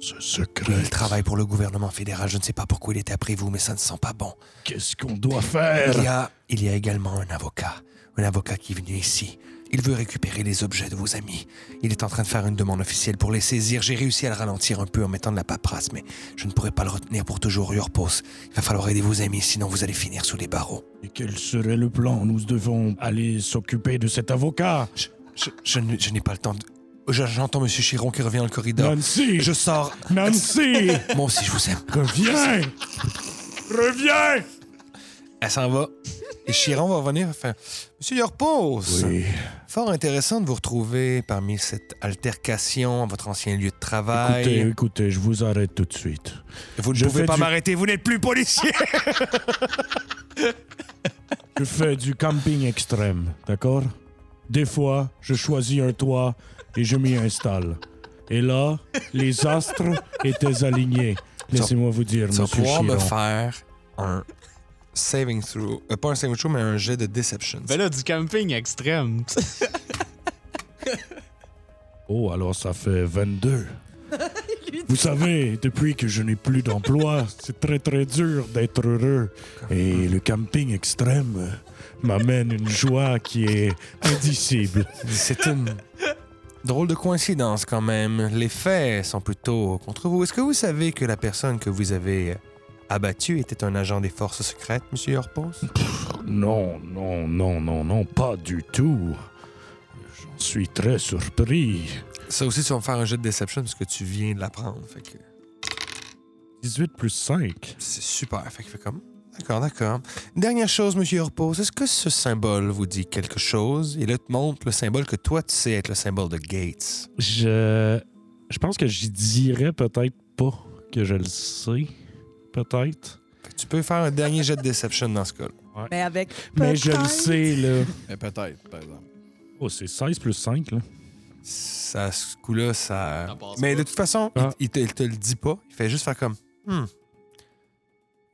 [SPEAKER 2] Ce
[SPEAKER 1] Il
[SPEAKER 2] secret.
[SPEAKER 1] travaille pour le gouvernement fédéral. Je ne sais pas pourquoi il était après vous, mais ça ne sent pas bon.
[SPEAKER 2] Qu'est-ce qu'on doit faire?
[SPEAKER 1] Il y, a, il y a également un avocat. Un avocat qui est venu ici. Il veut récupérer les objets de vos amis. Il est en train de faire une demande officielle pour les saisir. J'ai réussi à le ralentir un peu en mettant de la paperasse, mais je ne pourrai pas le retenir pour toujours, Urpos. Il va falloir aider vos amis, sinon vous allez finir sous les barreaux.
[SPEAKER 2] Et quel serait le plan? Nous devons aller s'occuper de cet avocat.
[SPEAKER 1] Je, je- je ne- je n'ai pas le temps de... Je- J'entends Monsieur Chiron qui revient dans le corridor.
[SPEAKER 2] Nancy!
[SPEAKER 1] Je sors.
[SPEAKER 2] Nancy!
[SPEAKER 1] Moi aussi, je vous aime.
[SPEAKER 2] Reviens! Reviens!
[SPEAKER 1] Elle s'en va. Et Chiron va venir faire... Monsieur Urpos!
[SPEAKER 2] Oui.
[SPEAKER 1] Fort intéressant de vous retrouver parmi cette altercation à votre ancien lieu de travail.
[SPEAKER 2] Écoutez, écoutez, je vous arrête tout de suite.
[SPEAKER 1] vous ne
[SPEAKER 2] je
[SPEAKER 1] pouvez
[SPEAKER 2] fais
[SPEAKER 1] pas
[SPEAKER 2] du-
[SPEAKER 1] m'arrêter, vous n'êtes plus policier.
[SPEAKER 2] Je fais du camping extrême, d'accord? Des fois, je choisis un toit et je m'y installe. Et là, les astres étaient alignés. Laissez-moi vous dire,
[SPEAKER 1] Tu vas
[SPEAKER 2] monsieur
[SPEAKER 1] pouvoir
[SPEAKER 2] Chiron.
[SPEAKER 1] me faire un saving throw. Euh, pas un saving throw, mais un jet de deception.
[SPEAKER 8] Ben là, du camping extrême.
[SPEAKER 2] Oh, alors ça fait 22. Vous savez, depuis que je n'ai plus d'emploi, c'est très très dur d'être heureux. Et le camping extrême euh, m'amène une joie qui est indicible.
[SPEAKER 1] C'est une drôle de coïncidence quand même. Les faits sont plutôt contre vous. Est-ce que vous savez que la personne que vous avez euh, abattue était un agent des forces secrètes, Monsieur Yorpos?
[SPEAKER 2] Non, non, non, non, non, pas du tout. J'en suis très surpris.
[SPEAKER 1] Ça aussi, tu vas me faire un jet de deception parce que tu viens de l'apprendre. Fait que...
[SPEAKER 2] 18 plus 5.
[SPEAKER 1] C'est super. Fait qu'il fait comme. D'accord, d'accord. Dernière chose, monsieur Repos, est-ce que ce symbole vous dit quelque chose? Et là, te montre le symbole que toi, tu sais être le symbole de Gates.
[SPEAKER 9] Je, je pense que j'y dirais peut-être pas que je le sais. Peut-être.
[SPEAKER 1] Fait que tu peux faire un dernier jet de deception dans ce cas-là.
[SPEAKER 3] Mais avec.
[SPEAKER 9] Mais je le
[SPEAKER 3] Peut-être.
[SPEAKER 9] sais, là.
[SPEAKER 10] Mais peut-être, par exemple.
[SPEAKER 9] Oh, c'est 16 plus 5, là.
[SPEAKER 1] Ça, ce coup-là, ça.
[SPEAKER 7] Ça passe
[SPEAKER 1] Mais
[SPEAKER 7] pas.
[SPEAKER 1] de toute façon,
[SPEAKER 9] Ah.
[SPEAKER 1] il, il te, il te le dit pas. Il fait juste faire comme. Hmm.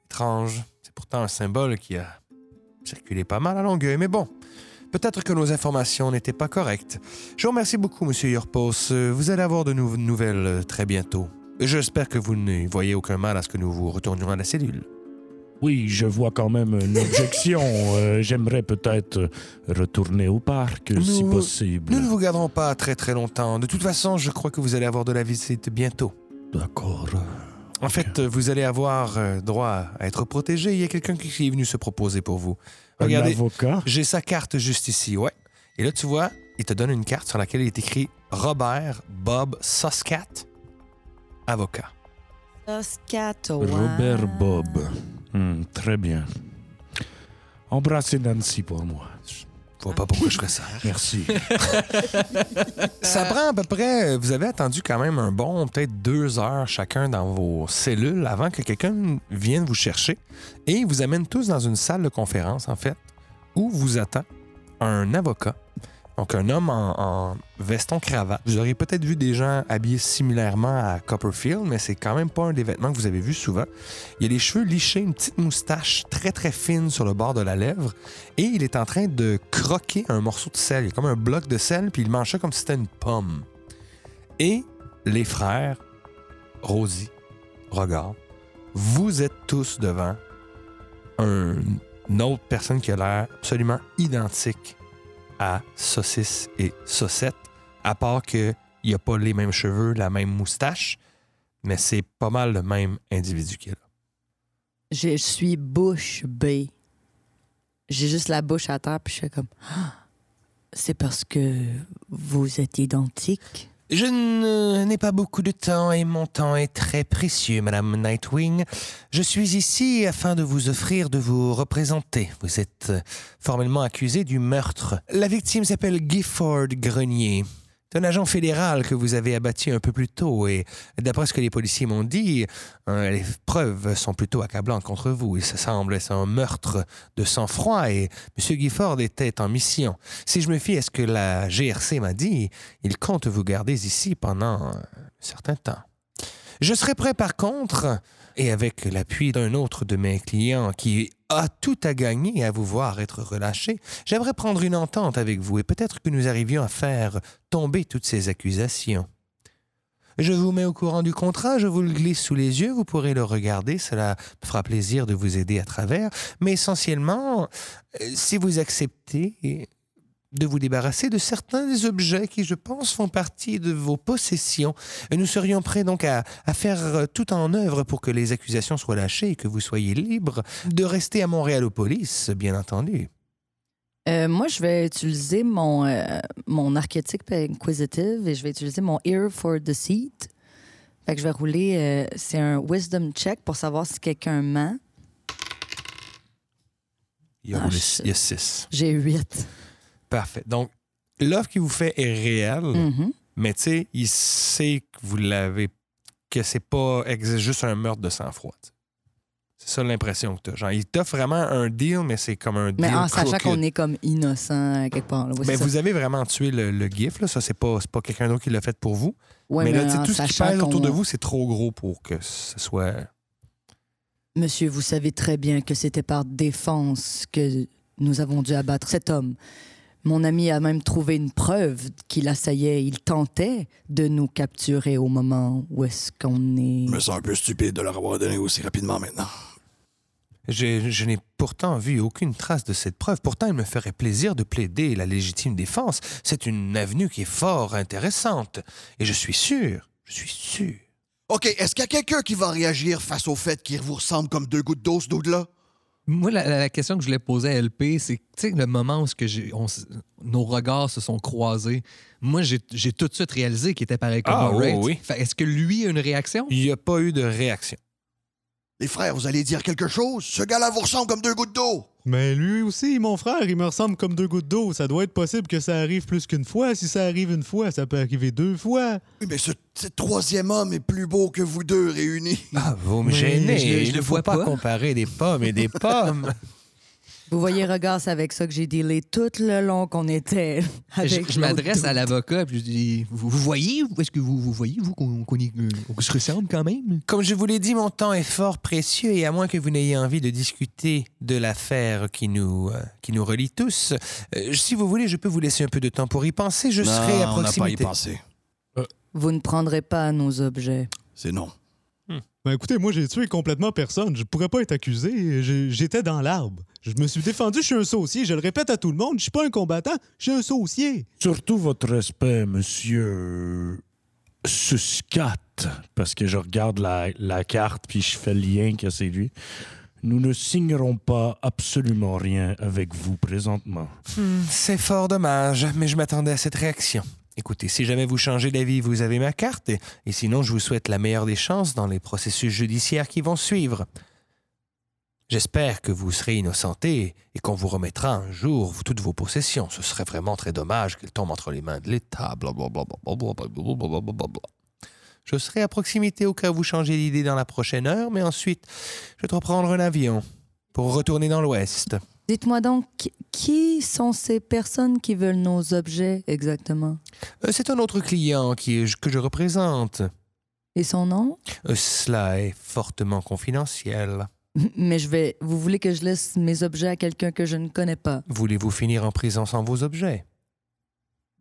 [SPEAKER 1] Étrange. C'est pourtant un symbole qui a circulé pas mal à Longueuil, mais bon. Peut-être que nos informations n'étaient pas correctes. Je vous remercie beaucoup, Monsieur Yorpos. Euh, Vous allez avoir de nou- nouvelles euh, très bientôt. J'espère que vous ne voyez aucun mal à ce que nous vous retournions à la cellule.
[SPEAKER 2] Oui, je vois quand même une objection. Euh, J'aimerais peut-être euh, retourner au parc,
[SPEAKER 1] Nous-
[SPEAKER 2] si possible.
[SPEAKER 1] Nous ne vous garderons pas très très longtemps. De toute façon, je crois que vous allez avoir de la visite bientôt.
[SPEAKER 2] D'accord.
[SPEAKER 1] En fait, euh, vous allez avoir euh, droit à être protégé. Il y a quelqu'un qui- qui est venu se proposer pour vous. Regardez,
[SPEAKER 2] L'avocat.
[SPEAKER 1] j'ai sa carte juste ici, ouais. Et là, tu vois, il te donne une carte sur laquelle il est écrit Robert Bob Soscat, avocat.
[SPEAKER 3] Saskatchewan.
[SPEAKER 9] Robert
[SPEAKER 3] hein.
[SPEAKER 9] Bob. Hmm, très bien. Embrassez Nancy pour moi.
[SPEAKER 1] Je vois pas pourquoi je ferais ça.
[SPEAKER 9] Merci.
[SPEAKER 1] Ça prend à peu près. Vous avez attendu quand même un bon, peut-être deux heures chacun dans vos cellules avant que quelqu'un vienne vous chercher et il vous amène tous dans une salle de conférence, en fait, où vous attend un avocat, donc un homme en, en veston-cravate. Vous aurez peut-être vu des gens habillés similairement à Copperfield, mais c'est quand même pas un des vêtements que vous avez vu souvent. Il a les cheveux lichés, une petite moustache très très fine sur le bord de la lèvre et il est en train de croquer un morceau de sel. Il y a comme un bloc de sel, puis il mange ça comme si c'était une pomme. Et les frères, Rosie, regarde, vous êtes tous devant un- une autre personne qui a l'air absolument identique à Saucisse et Saucette, à part qu'il n'y a pas les mêmes cheveux, la même moustache, mais c'est pas mal le même individu qui est là.
[SPEAKER 3] Je, je suis bouche bée. J'ai juste la bouche à terre, puis je fais comme. Ah, c'est parce que vous êtes identiques.
[SPEAKER 1] Je ne- n'ai pas beaucoup de temps et mon temps est très précieux, Madame Nightwing. Je suis ici afin de vous offrir de vous représenter. Vous êtes euh, formellement accusé du meurtre. La victime s'appelle Gifford Grenier. C'est un agent fédéral que vous avez abattu un peu plus tôt et d'après ce que les policiers m'ont dit, euh, les preuves sont plutôt accablantes contre vous. Il se semble être un meurtre de sang-froid et M. Gifford était en mission. Si je me fie à ce que la GRC m'a dit, il compte vous garder ici pendant un certain temps. Je serai prêt par contre, et avec l'appui d'un autre de mes clients qui a tout à gagner à vous voir être relâché, j'aimerais prendre une entente avec vous et peut-être que nous arrivions à faire tomber toutes ces accusations. Je vous mets au courant du contrat, je vous le glisse sous les yeux, vous pourrez le regarder, cela me fera plaisir de vous aider à travers, mais essentiellement, euh, si vous acceptez, de vous débarrasser de certains des objets qui, je pense, font partie de vos possessions. Et Nous serions prêts donc à, à faire euh, tout en œuvre pour que les accusations soient lâchées et que vous soyez libre de rester à Montréalopolis, bien entendu.
[SPEAKER 3] Euh, moi, je vais utiliser mon, euh, mon archétype inquisitive et je vais utiliser mon ear for the seat. Fait que je vais rouler, euh, c'est un wisdom check pour savoir si quelqu'un ment.
[SPEAKER 1] Il y a,
[SPEAKER 3] Ah,
[SPEAKER 1] roulé-
[SPEAKER 3] shit.
[SPEAKER 1] il y a six.
[SPEAKER 3] J'ai 8.
[SPEAKER 1] Parfait. Donc, l'offre qu'il vous fait est réelle,
[SPEAKER 3] Mm. Mhm.
[SPEAKER 1] mais tu sais, il sait que vous l'avez, que c'est pas ex- juste un meurtre de sang-froid. tu sais. C'est ça l'impression que tu as. Genre, il t'offre vraiment un deal, mais c'est comme un
[SPEAKER 3] Mais
[SPEAKER 1] deal.
[SPEAKER 3] en sachant
[SPEAKER 1] crooked.
[SPEAKER 3] qu'on est comme innocent euh, quelque part. là. Oui,
[SPEAKER 1] Ben,
[SPEAKER 3] c'est ça.
[SPEAKER 1] vous avez vraiment tué le, le gif, là. ça c'est pas, c'est pas quelqu'un d'autre qui l'a fait pour vous.
[SPEAKER 3] Ouais,
[SPEAKER 1] mais là, tu sais,
[SPEAKER 3] en
[SPEAKER 1] tout ce qui
[SPEAKER 3] sachant
[SPEAKER 1] pèse autour
[SPEAKER 3] qu'on-
[SPEAKER 1] de vous, c'est trop gros pour que ce soit.
[SPEAKER 3] Monsieur, vous savez très bien que c'était par défense que nous avons dû abattre cet homme. Mon ami a même trouvé une preuve qu'il assaillait, il tentait de nous capturer au moment où est-ce qu'on est.
[SPEAKER 5] Je me sens un peu stupide de leur avoir donné aussi rapidement maintenant.
[SPEAKER 1] Je, je n'ai pourtant vu aucune trace de cette preuve. Pourtant, il me ferait plaisir de plaider la légitime défense. C'est une avenue qui est fort intéressante. Et je suis sûr, je suis sûr.
[SPEAKER 10] OK, est-ce qu'il y a quelqu'un qui va réagir face au fait qu'il vous ressemble comme deux gouttes d'eau, ce dude-là?
[SPEAKER 7] Moi, la, la- la question que je voulais poser à LP, c'est que, tu sais, le moment où ce que j'ai- on s- nos regards se sont croisés, moi, j'ai j'ai tout de suite réalisé qu'il était pareil comme
[SPEAKER 1] Ah,
[SPEAKER 7] moi,
[SPEAKER 1] oui,
[SPEAKER 7] right?
[SPEAKER 1] oui.
[SPEAKER 7] Fait, Est-ce que lui a une réaction?
[SPEAKER 1] Il n'y a pas eu de réaction.
[SPEAKER 10] Les frères, vous allez dire quelque chose? Ce gars-là vous ressemble comme deux gouttes d'eau!
[SPEAKER 8] Mais lui aussi, mon frère, il me ressemble comme deux gouttes d'eau. Ça doit être possible que ça arrive plus qu'une fois. Si ça arrive une fois, ça peut arriver deux fois.
[SPEAKER 10] Oui, mais ce, ce troisième homme est plus beau que vous deux réunis.
[SPEAKER 1] Ah, vous me
[SPEAKER 7] Mais
[SPEAKER 1] gênez.
[SPEAKER 7] je le- je
[SPEAKER 1] il
[SPEAKER 7] le
[SPEAKER 1] ne faut
[SPEAKER 7] vois
[SPEAKER 1] pas
[SPEAKER 7] pas.
[SPEAKER 1] comparer des pommes et des pommes.
[SPEAKER 3] Vous voyez, regarde, c'est avec ça que j'ai dealé tout le long qu'on était
[SPEAKER 7] Je,
[SPEAKER 3] avec.
[SPEAKER 7] je m'adresse à l'avocat puis je dis Vous, vous voyez ou Est-ce que vous, vous voyez, vous, qu'on qu'on est- euh, qu'on se ressemble quand même
[SPEAKER 1] Comme je vous l'ai dit, mon temps est fort précieux et à moins que vous n'ayez envie de discuter de l'affaire qui nous, euh, qui nous relie tous, euh, si vous voulez, je peux vous laisser un peu de temps pour y penser. Je serai à
[SPEAKER 10] on n'a pas y
[SPEAKER 1] proximité.
[SPEAKER 10] pensé.
[SPEAKER 3] Vous ne prendrez pas nos objets.
[SPEAKER 10] C'est non.
[SPEAKER 8] Ben écoutez, moi, j'ai tué complètement personne. Je pourrais pas être accusé. J'ai- J'étais dans l'arbre. Je me suis défendu. Je suis un saucier. Je le répète à tout le monde. Je suis pas un combattant. Je suis un saucier.
[SPEAKER 9] Surtout votre respect, monsieur Suscat, parce que je regarde la, la carte puis je fais le lien que c'est lui. Nous ne signerons pas absolument rien avec vous présentement.
[SPEAKER 1] C'est fort dommage, mais je m'attendais à cette réaction. Écoutez, si jamais vous changez d'avis, vous avez ma carte, et, et sinon je vous souhaite la meilleure des chances dans les processus judiciaires qui vont suivre. J'espère que vous serez innocenté et qu'on vous remettra un jour toutes vos possessions. Ce serait vraiment très dommage qu'elles tombent entre les mains de l'État. Blablabla, blablabla, blablabla, blablabla. Je serai à proximité au cas où vous changez d'idée dans la prochaine heure, mais ensuite, je dois prendre un avion pour retourner dans l'Ouest.
[SPEAKER 3] Dites-moi donc, qui- qui sont ces personnes qui veulent nos objets exactement
[SPEAKER 1] Euh, C'est un autre client qui est- que je représente.
[SPEAKER 3] Et son nom
[SPEAKER 1] Euh, Cela est fortement confidentiel.
[SPEAKER 3] Mais je vais. Vous voulez que je laisse mes objets à quelqu'un que je ne connais pas
[SPEAKER 1] Voulez-vous finir en prison sans vos objets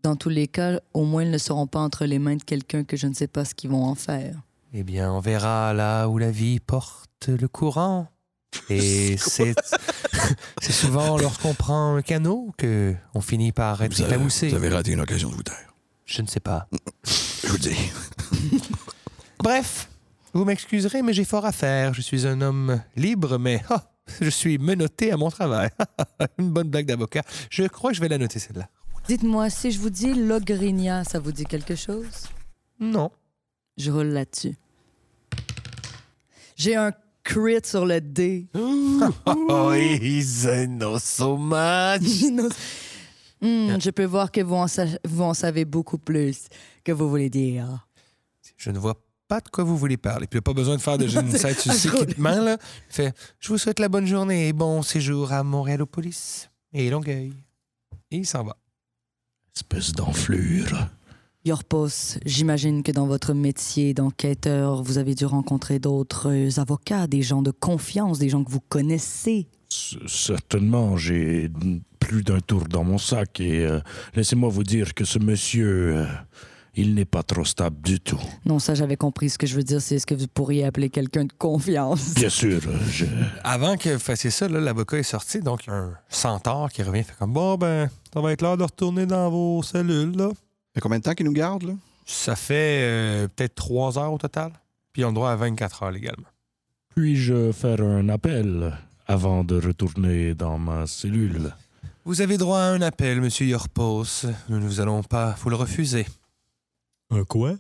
[SPEAKER 3] Dans tous les cas, au moins, ils ne seront pas entre les mains de quelqu'un que je ne sais pas ce qu'ils vont en faire.
[SPEAKER 1] Eh bien, on verra là où la vie porte le courant. Et c'est c'est souvent lorsqu'on prend un canot que on finit par être
[SPEAKER 5] Vous avez,
[SPEAKER 1] éclaboussé.
[SPEAKER 5] vous avez raté une occasion de vous taire.
[SPEAKER 1] Je ne sais pas.
[SPEAKER 5] Je vous le dis.
[SPEAKER 1] Bref, vous m'excuserez, mais j'ai fort à faire. Je suis un homme libre, mais ah, je suis menotté à mon travail. Une bonne blague d'avocat. Je crois que je vais la noter celle-là.
[SPEAKER 3] Dites-moi, si je vous dis Logrinia, ça vous dit quelque chose
[SPEAKER 1] Non.
[SPEAKER 3] Je roule là-dessus. J'ai un crit sur le dé.
[SPEAKER 1] Oh, he's innocent so much.
[SPEAKER 3] Hmm, je peux voir que vous en, sa- vous en savez beaucoup plus que vous voulez dire.
[SPEAKER 1] Je ne vois pas de quoi vous voulez parler. Puis il n'y a pas besoin de faire de génocide sur cet équipement. Là. Fait, je vous souhaite la bonne journée et bon séjour à Montréalopolis et Longueuil. Et il s'en va.
[SPEAKER 2] Espèce d'enflure.
[SPEAKER 3] Yorpos, j'imagine que dans votre métier d'enquêteur, vous avez dû rencontrer d'autres avocats, des gens de confiance, des gens que vous connaissez.
[SPEAKER 2] C- Certainement, j'ai plus d'un tour dans mon sac et euh, laissez-moi vous dire que ce monsieur, euh, il n'est pas trop stable du tout.
[SPEAKER 3] Non, ça j'avais compris. Ce que je veux dire, c'est ce que vous pourriez appeler quelqu'un de confiance.
[SPEAKER 2] Bien sûr, euh, je...
[SPEAKER 1] Avant que vous fassiez ça, là, l'avocat est sorti, donc un centaure qui revient fait comme Bon, ben, ça va être l'heure de retourner dans vos cellules. Là.
[SPEAKER 11] Fait combien de temps qu'il nous garde, là?
[SPEAKER 1] Ça fait euh, peut-être trois heures au total. Puis ils ont le droit à 24 heures légalement.
[SPEAKER 2] Puis-je faire un appel avant de retourner dans ma cellule
[SPEAKER 1] Vous avez droit à un appel, monsieur Yorpos. Nous ne vous allons pas vous le refuser.
[SPEAKER 8] Un quoi?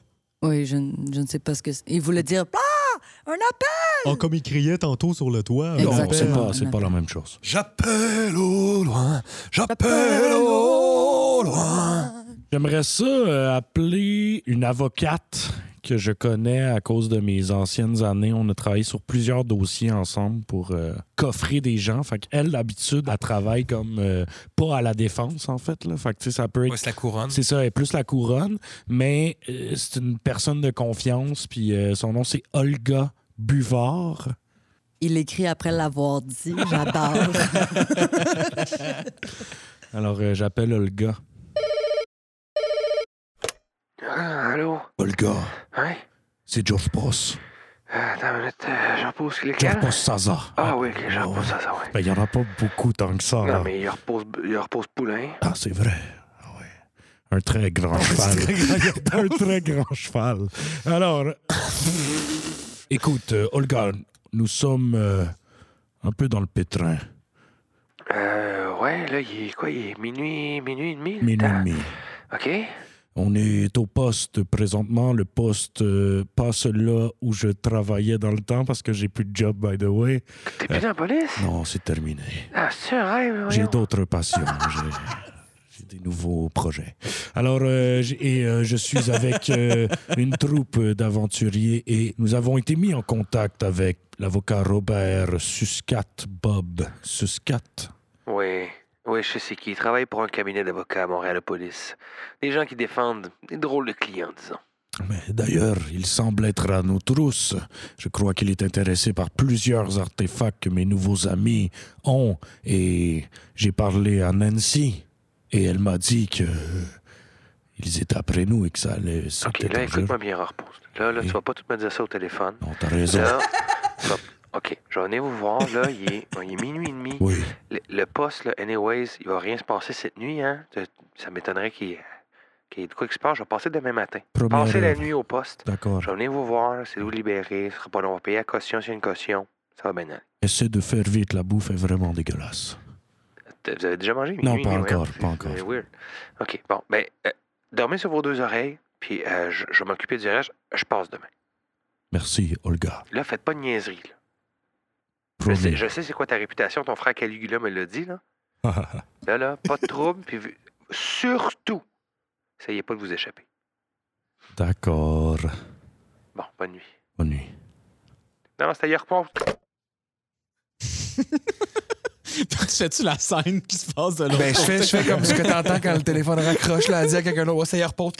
[SPEAKER 3] Oui, je, n- je ne sais pas ce que. c'est. Il voulait dire Ah Un appel
[SPEAKER 8] Oh, comme il criait tantôt sur le toit.
[SPEAKER 2] Non,
[SPEAKER 8] un
[SPEAKER 2] c'est
[SPEAKER 8] appel.
[SPEAKER 2] pas, c'est pas la même chose.
[SPEAKER 1] J'appelle au loin, j'appelle au loin.
[SPEAKER 2] J'aimerais ça euh, appeler une avocate que je connais à cause de mes anciennes années. On a travaillé sur plusieurs dossiers ensemble pour euh, coffrer des gens. Fait qu'elle, d'habitude, elle travaille comme euh, pas à la défense, en fait. Là. Fait que, tu sais, ça peut être
[SPEAKER 1] Ouais, c'est la couronne.
[SPEAKER 2] C'est ça, elle est plus la couronne, mais euh, c'est une personne de confiance, puis euh, son nom c'est Olga Buvard.
[SPEAKER 3] Il écrit après l'avoir dit. J'adore.
[SPEAKER 2] Alors euh, j'appelle Olga.
[SPEAKER 12] Ah, allô?
[SPEAKER 2] Olga,
[SPEAKER 12] Ouais?
[SPEAKER 2] c'est George Boss.
[SPEAKER 12] Euh, Attends une minute, euh, j'en pose lesquels?
[SPEAKER 2] George Boss Saza.
[SPEAKER 12] Ah oui, ok, j'en pose ça, ça, ouais.
[SPEAKER 2] Ben, il n'y en a pas beaucoup tant que ça. oh là.
[SPEAKER 12] Non, mais il repose, il repose Poulain.
[SPEAKER 2] Ah, c'est vrai. Ah ouais. Un Ah, très grand cheval. un très grand cheval. Alors, écoute, euh, Olga, nous sommes euh, un peu dans le pétrin.
[SPEAKER 12] Euh, ouais, là, il est quoi? Il est minuit, minuit et demi? le
[SPEAKER 2] Minuit
[SPEAKER 12] temps?
[SPEAKER 2] et demi.
[SPEAKER 12] Ok?
[SPEAKER 2] On est au poste présentement, le poste, euh, pas celui-là où je travaillais dans le temps parce que j'ai plus de job, by the way.
[SPEAKER 12] T'es plus dans la police?
[SPEAKER 2] Euh, Non, c'est terminé.
[SPEAKER 12] Ah, c'est un rêve,
[SPEAKER 2] J'ai
[SPEAKER 12] voyons.
[SPEAKER 2] d'autres passions. j'ai- J'ai des nouveaux projets. Alors, euh, j'ai- et, euh, je suis avec euh, une troupe d'aventuriers et nous avons été mis en contact avec l'avocat Robert Suscat Bob Suscat.
[SPEAKER 12] Oui. Oui, je sais qui. Il travaille pour un cabinet d'avocats à Montréal-Police. Des gens qui défendent des drôles de clients, disons.
[SPEAKER 2] Mais d'ailleurs, il semble être à nos trousses. Je crois qu'il est intéressé par plusieurs artefacts que mes nouveaux amis ont. Et j'ai parlé à Nancy. Et elle m'a dit que euh, ils étaient après nous et que ça allait.
[SPEAKER 12] Ok,
[SPEAKER 2] C'était
[SPEAKER 12] là,
[SPEAKER 2] dangereux.
[SPEAKER 12] écoute-moi bien, repose. Là, là, tu vas pas tout me dire ça au téléphone.
[SPEAKER 2] Non, t'as raison.
[SPEAKER 12] Là, bon, ok, je vais venir vous voir, là, il est, il est minuit et demi.
[SPEAKER 2] Oui.
[SPEAKER 12] Le, le poste, là, anyways, il va rien se passer cette nuit, hein. Ça, ça m'étonnerait qu'il qu'il y ait de quoi qui se passe. Je vais passer demain matin.
[SPEAKER 2] Première
[SPEAKER 12] Passer la
[SPEAKER 2] heure.
[SPEAKER 12] nuit au poste.
[SPEAKER 2] D'accord.
[SPEAKER 12] Je vais venir vous voir, là, c'est de vous libérer. Ce sera pas long. On va payer la caution, c'est une caution. Ça va bien aller.
[SPEAKER 2] Essaie de faire vite. La bouffe est vraiment dégueulasse.
[SPEAKER 12] Vous avez déjà mangé
[SPEAKER 2] Non,
[SPEAKER 12] minuit,
[SPEAKER 2] pas
[SPEAKER 12] minuit,
[SPEAKER 2] encore,
[SPEAKER 12] hein?
[SPEAKER 2] pas encore.
[SPEAKER 12] C'est weird. OK, bon, ben, euh, Dormez sur vos deux oreilles, puis euh, je, je vais m'occuper du reste. Je passe demain.
[SPEAKER 9] Merci, Olga.
[SPEAKER 12] Là, faites pas de niaiserie. là. Je
[SPEAKER 9] Promis.
[SPEAKER 12] sais, je sais c'est quoi ta réputation, ton frère Caligula me l'a dit. Là, là, là pas de trouble, puis vu- surtout, essayez pas de vous échapper.
[SPEAKER 9] D'accord.
[SPEAKER 12] Bon, bonne nuit.
[SPEAKER 9] Bonne nuit.
[SPEAKER 12] Non, non, c'est ailleurs pas.
[SPEAKER 4] Fais-tu la scène qui se passe de l'autre
[SPEAKER 1] Ben, je fais, je fais comme ce que t'entends quand le téléphone raccroche, là, à dire à quelqu'un d'autre, ouais, ça y repose.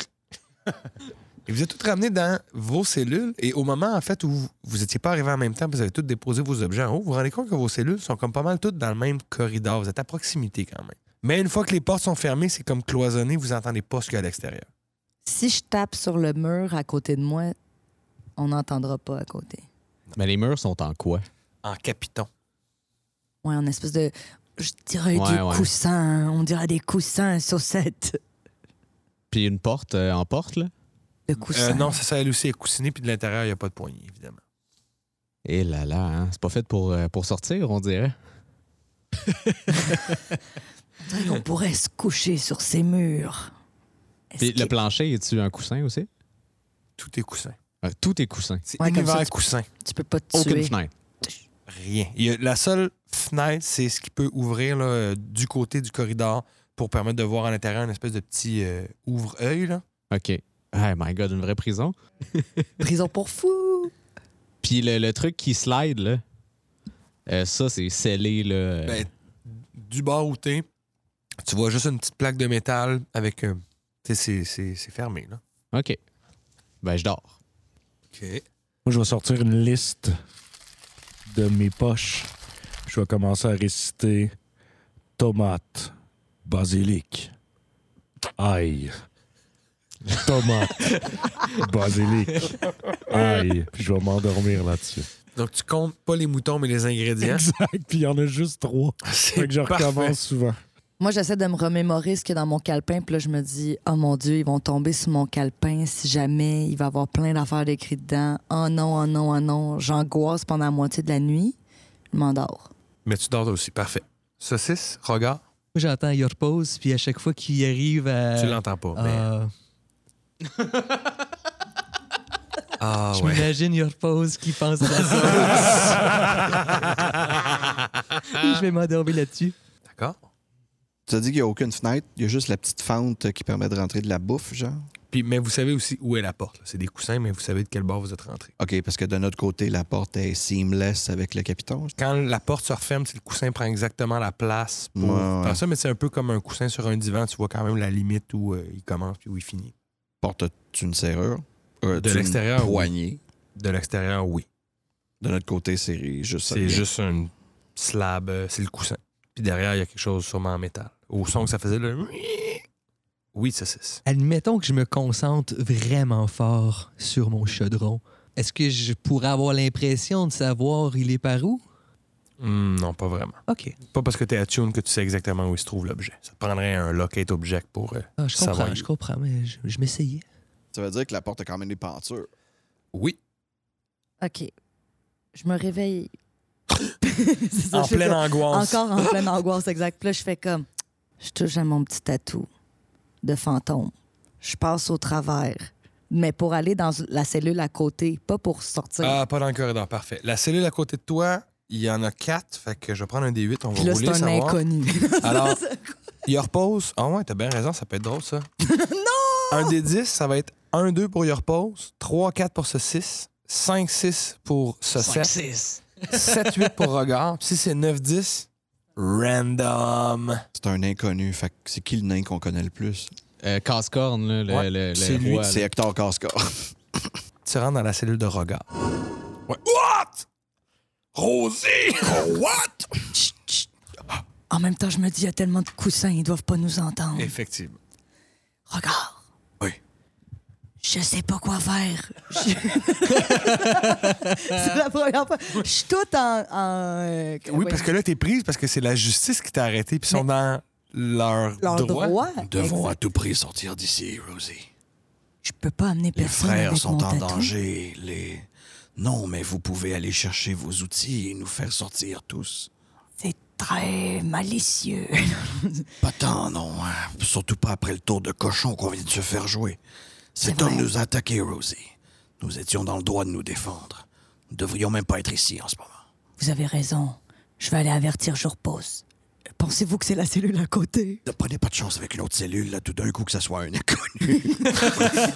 [SPEAKER 1] Et vous êtes tous ramenés dans vos cellules et au moment, en fait, où vous- vous n'étiez pas arrivés en même temps, vous avez tous déposé vos objets en haut, vous vous rendez compte que vos cellules sont comme pas mal toutes dans le même corridor. Vous êtes à proximité quand même. Mais une fois que les portes sont fermées, c'est comme cloisonné, vous n'entendez pas ce qu'il y a à l'extérieur.
[SPEAKER 3] Si je tape sur le mur à côté de moi, on n'entendra pas à côté.
[SPEAKER 4] Mais les murs sont en quoi?
[SPEAKER 1] En capiton.
[SPEAKER 3] Ouais, en espèce de. Je dirais
[SPEAKER 4] Ouais,
[SPEAKER 3] des
[SPEAKER 4] ouais.
[SPEAKER 3] coussins. On dirait des coussins à saucettes.
[SPEAKER 4] Puis une porte euh, en porte, là?
[SPEAKER 3] De
[SPEAKER 1] Euh, non, ça, ça, elle aussi est coussinée, puis de l'intérieur, il n'y a pas de poignée, évidemment.
[SPEAKER 4] Et là là, hein, c'est pas fait pour, euh, pour sortir, on dirait.
[SPEAKER 3] On pourrait se coucher sur ces murs.
[SPEAKER 4] Puis le plancher, est-tu un coussin aussi? Euh,
[SPEAKER 1] Tout est coussin.
[SPEAKER 4] tout est coussin.
[SPEAKER 1] C'est
[SPEAKER 3] Ouais, comme
[SPEAKER 1] univers
[SPEAKER 3] ça, tu-
[SPEAKER 1] coussin.
[SPEAKER 3] Tu peux pas te
[SPEAKER 4] Aucune
[SPEAKER 3] tuer.
[SPEAKER 4] fenêtre.
[SPEAKER 1] Rien. Il y a- la seule fenêtre, c'est ce qui peut ouvrir là, euh, du côté du corridor pour permettre de voir à l'intérieur une espèce de petit euh, ouvre-œil. là.
[SPEAKER 4] OK. Ah, my God, une vraie prison.
[SPEAKER 3] Prison pour fou.
[SPEAKER 4] Puis le, le truc qui slide, là, euh, ça, c'est scellé, là.
[SPEAKER 1] Ben, du bord où t'es, tu vois juste une petite plaque de métal avec. euh, tu sais, c'est- c'est c'est fermé. Là.
[SPEAKER 4] OK. Ben, je dors.
[SPEAKER 1] OK.
[SPEAKER 9] Moi, je vais sortir une liste de mes poches. Je vais commencer à réciter tomate, basilic, ail, tomate, basilic, ail. Puis je vais m'endormir là-dessus.
[SPEAKER 1] Donc, tu comptes pas les moutons, mais les ingrédients.
[SPEAKER 9] Exact. Puis il y en a juste trois. Fait que je
[SPEAKER 1] parfait.
[SPEAKER 9] recommence souvent.
[SPEAKER 3] Moi, j'essaie de me remémorer ce qu'il y a dans mon calepin, puis là, je me dis, oh mon Dieu, ils vont tomber sur mon calepin si jamais il va y avoir plein d'affaires décrites dedans. Oh non, oh non, oh non. J'angoisse pendant la moitié de la nuit. Je m'endors.
[SPEAKER 1] Mais tu dors aussi. Parfait. Saucisse, regard,
[SPEAKER 7] Moi, j'entends Your Pose, puis à chaque fois qu'il arrive à.
[SPEAKER 1] tu ben, l'entends pas. mais-
[SPEAKER 7] Ah,
[SPEAKER 1] Ah,
[SPEAKER 7] je
[SPEAKER 1] ouais.
[SPEAKER 7] m'imagine Your Pose qui pense à ça. je vais m'endormir là-dessus.
[SPEAKER 1] D'accord.
[SPEAKER 5] Tu as dit qu'il n'y a aucune fenêtre, il y a juste la petite fente qui permet de rentrer de la bouffe, genre.
[SPEAKER 1] Puis, mais vous savez aussi où est la porte. là. C'est des coussins, mais vous savez de quel bord vous êtes rentré.
[SPEAKER 5] OK, parce que de notre côté, la porte est seamless avec le capiton.
[SPEAKER 1] Quand la porte se referme, c'est le coussin prend exactement la place pour
[SPEAKER 5] Ouais, ouais.
[SPEAKER 1] faire ça, mais c'est un peu comme un coussin sur un divan. Tu vois quand même la limite où euh, il commence puis où il finit.
[SPEAKER 5] Porte une serrure. Euh,
[SPEAKER 1] De
[SPEAKER 5] une
[SPEAKER 1] l'extérieur, oui.
[SPEAKER 5] Poignée.
[SPEAKER 1] De l'extérieur, oui.
[SPEAKER 5] De notre côté, c'est juste ça.
[SPEAKER 1] C'est juste une slab, euh, c'est le coussin. Puis derrière, il y a quelque chose sûrement en métal. Au son que ça faisait, le... Oui, ça, c'est
[SPEAKER 7] Admettons que je me concentre vraiment fort sur mon chaudron. Est-ce que je pourrais avoir l'impression de savoir il est par où?
[SPEAKER 1] Hmm, non, pas vraiment.
[SPEAKER 7] OK.
[SPEAKER 1] Pas parce que tu es à tune que tu sais exactement où il se trouve l'objet. Ça te prendrait un locate object pour euh,
[SPEAKER 7] Ah, je
[SPEAKER 1] savoir.
[SPEAKER 7] comprends, je comprends, mais je, je m'essayais.
[SPEAKER 5] Ça veut dire que la porte a quand même des pentures.
[SPEAKER 1] Oui.
[SPEAKER 3] OK. Je me réveille. C'est ça,
[SPEAKER 1] En
[SPEAKER 3] je fais
[SPEAKER 1] pleine
[SPEAKER 3] comme-
[SPEAKER 1] angoisse.
[SPEAKER 3] Encore en pleine angoisse, exact. Puis là, je fais comme. Je touche à mon petit tatou de fantôme. Je passe au travers. Mais pour aller dans la cellule à côté, pas pour sortir.
[SPEAKER 1] Ah, pas dans le corridor, parfait. La cellule à côté de toi, il y en a quatre. Fait que je vais prendre un des huit, on va
[SPEAKER 3] Puis là,
[SPEAKER 1] rouler
[SPEAKER 3] c'est un
[SPEAKER 1] savoir.
[SPEAKER 3] inconnu.
[SPEAKER 1] Alors, il repose. Ah ouais, t'as bien raison, ça peut être drôle, ça. non! Un des 10, ça va être 1-2 pour il repose, 3-4 pour ce 6, 5-6 pour ce 7, 7-8 pour regard. Si c'est 9-10, random.
[SPEAKER 5] C'est un inconnu. Fait que c'est qui le nain qu'on connaît le plus?
[SPEAKER 4] Euh, Casse-corne, là, le,
[SPEAKER 1] Ouais,
[SPEAKER 4] le- le
[SPEAKER 1] c'est lui,
[SPEAKER 4] roi, là.
[SPEAKER 5] C'est Hector Cascard.
[SPEAKER 1] Tu rentres dans la cellule de regard. Ouais. What? Rosie! What?
[SPEAKER 3] En même temps, je me dis, il y a tellement de coussins, ils doivent pas nous entendre.
[SPEAKER 1] Effectivement.
[SPEAKER 3] Regarde.
[SPEAKER 1] Oui.
[SPEAKER 3] Je sais pas quoi faire. Je- c'est la première fois. Je suis toute en. en, euh,
[SPEAKER 1] Eh Oui, parce que là, t'es prise parce que c'est la justice qui t'a arrêté, puis ils sont dans leur,
[SPEAKER 3] Leur droit.
[SPEAKER 10] Nous devons
[SPEAKER 3] exact.
[SPEAKER 10] à tout prix sortir d'ici, Rosie.
[SPEAKER 3] Je peux pas amener
[SPEAKER 10] Les
[SPEAKER 3] personne. hein?
[SPEAKER 10] frères
[SPEAKER 3] avec
[SPEAKER 10] sont
[SPEAKER 3] mon
[SPEAKER 10] en
[SPEAKER 3] tatou.
[SPEAKER 10] danger. Les. Non, mais vous pouvez aller chercher vos outils et nous faire sortir tous.
[SPEAKER 3] C'est très malicieux.
[SPEAKER 10] Pas tant, non. hein. Surtout pas après le tour de cochon qu'on vient de se faire jouer. Cet
[SPEAKER 3] C'est
[SPEAKER 10] homme
[SPEAKER 3] vrai.
[SPEAKER 10] nous a attaqué, Rosie. Nous étions dans le droit de nous défendre. Nous devrions même pas être ici en ce moment.
[SPEAKER 3] Vous avez raison. Je vais aller avertir, je repose. Pensez-vous que c'est la cellule à côté?
[SPEAKER 10] Ne prenez pas de chance avec une autre cellule, là, tout d'un coup, que ça soit un inconnu.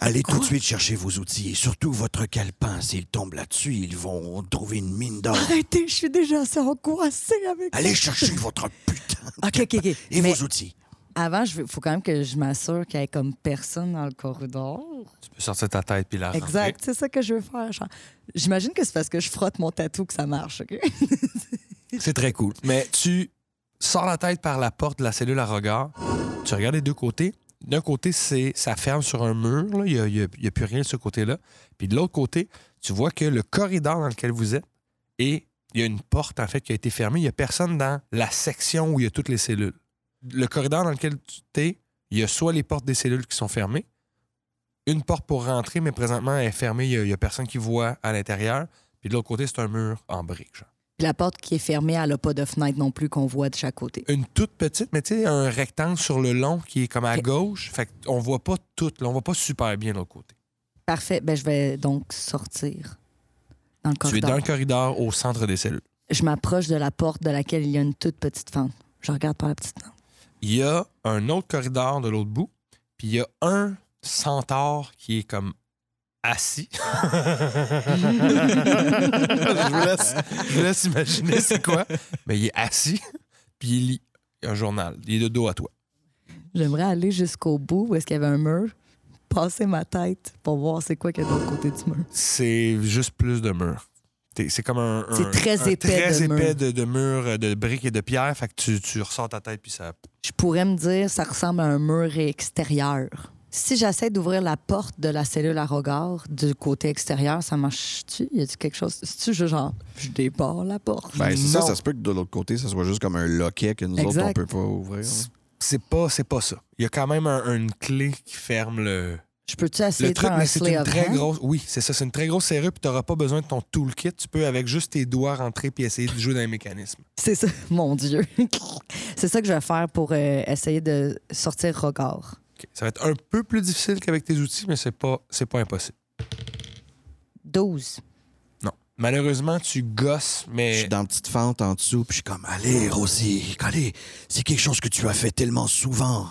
[SPEAKER 10] Allez tout de suite chercher vos outils et surtout votre calepin. S'ils tombent là-dessus, ils vont trouver une mine d'or.
[SPEAKER 3] Arrêtez, je suis déjà assez angoissée avec
[SPEAKER 10] Allez
[SPEAKER 3] ça.
[SPEAKER 10] chercher votre
[SPEAKER 3] OK, OK, OK.
[SPEAKER 10] et vos outils.
[SPEAKER 3] Avant, il faut quand même que je m'assure qu'il n'y ait comme personne dans le corridor.
[SPEAKER 1] Tu peux sortir ta tête puis la
[SPEAKER 3] exact, c'est ça que je veux faire. genre. J'imagine que c'est parce que je frotte mon tatou que ça marche, OK?
[SPEAKER 1] rentrer. C'est très cool. Mais tu sors la tête par la porte de la cellule à regard. Tu regardes les deux côtés. D'un côté, c'est ça ferme sur un mur. là. Il n'y a, il y a- il y a plus rien de ce côté-là. Puis de l'autre côté, tu vois que le corridor dans lequel vous êtes et il y a une porte, en fait, qui a été fermée. Il n'y a personne dans la section où il y a toutes les cellules. Le corridor dans lequel tu t'es, il y a soit les portes des cellules qui sont fermées, une porte pour rentrer, mais présentement, elle est fermée. Il n'y a, personne qui voit à l'intérieur. Puis de l'autre côté, c'est un mur en briques. genre.
[SPEAKER 3] Puis la porte qui est fermée, elle n'a pas de fenêtre non plus qu'on voit de chaque côté.
[SPEAKER 1] Une toute petite, mais tu sais, un rectangle sur le long qui est comme à gauche. Fait qu'on voit pas tout. là. on voit pas super bien de l'autre côté.
[SPEAKER 3] Parfait. Ben, je vais donc sortir dans le
[SPEAKER 1] Tu es
[SPEAKER 3] corridor.
[SPEAKER 1] dans le corridor au centre des cellules.
[SPEAKER 3] Je m'approche de la porte de laquelle il y a une toute petite fente. Je regarde par la petite fente.
[SPEAKER 1] Il y a un autre corridor de l'autre bout. Puis il y a un centaure qui est comme assis. je, vous laisse, je vous laisse imaginer c'est quoi. Mais il est assis, puis il lit un journal. Il est de dos à toi.
[SPEAKER 3] J'aimerais aller jusqu'au bout où est-ce qu'il y avait un mur, passer ma tête pour voir c'est quoi qu'il y a de l'autre côté du mur.
[SPEAKER 1] C'est juste plus de murs. T'es- C'est comme un.
[SPEAKER 3] C'est
[SPEAKER 1] un-
[SPEAKER 3] très
[SPEAKER 1] un
[SPEAKER 3] épais
[SPEAKER 1] Très
[SPEAKER 3] de
[SPEAKER 1] épais
[SPEAKER 3] murs.
[SPEAKER 1] de, de murs, euh, de briques et de pierres. Fait que tu, tu ressors ta tête, puis ça.
[SPEAKER 3] Je pourrais me dire ça ressemble à un mur extérieur. Si j'essaie d'ouvrir la porte de la cellule à regard du côté extérieur, ça marche-tu? Y a-tu quelque chose? Si tu genre, je débarre la porte.
[SPEAKER 5] Ben, c'est ça,
[SPEAKER 3] Non.
[SPEAKER 5] ça se peut que de l'autre côté, ça soit juste comme un loquet que nous autres, on
[SPEAKER 3] Exact.
[SPEAKER 5] peut hein. pas ouvrir. là.
[SPEAKER 1] C'est pas, c'est pas ça. Il y a quand même un- une clé qui ferme le.
[SPEAKER 3] Je peux-tu
[SPEAKER 1] le
[SPEAKER 3] essayer de
[SPEAKER 1] truc,
[SPEAKER 3] faire un
[SPEAKER 1] mais c'est
[SPEAKER 3] sleight
[SPEAKER 1] une
[SPEAKER 3] of
[SPEAKER 1] très
[SPEAKER 3] hand?
[SPEAKER 1] grosse. Oui, c'est ça. C'est une très grosse serrure, puis t'auras pas besoin de ton toolkit. Tu peux, avec juste tes doigts, rentrer puis essayer de jouer dans les mécanismes.
[SPEAKER 3] C'est ça, mon Dieu. c'est ça que je vais faire pour euh, essayer de sortir regard.
[SPEAKER 1] OK. Ça va être un peu plus difficile qu'avec tes outils, mais c'est pas, c'est pas impossible.
[SPEAKER 3] 12.
[SPEAKER 1] Non. Malheureusement, tu gosses, mais.
[SPEAKER 5] Je suis dans la petite fente en dessous, puis je suis comme
[SPEAKER 10] Allez, Rosie, allez. C'est quelque chose que tu as fait tellement souvent.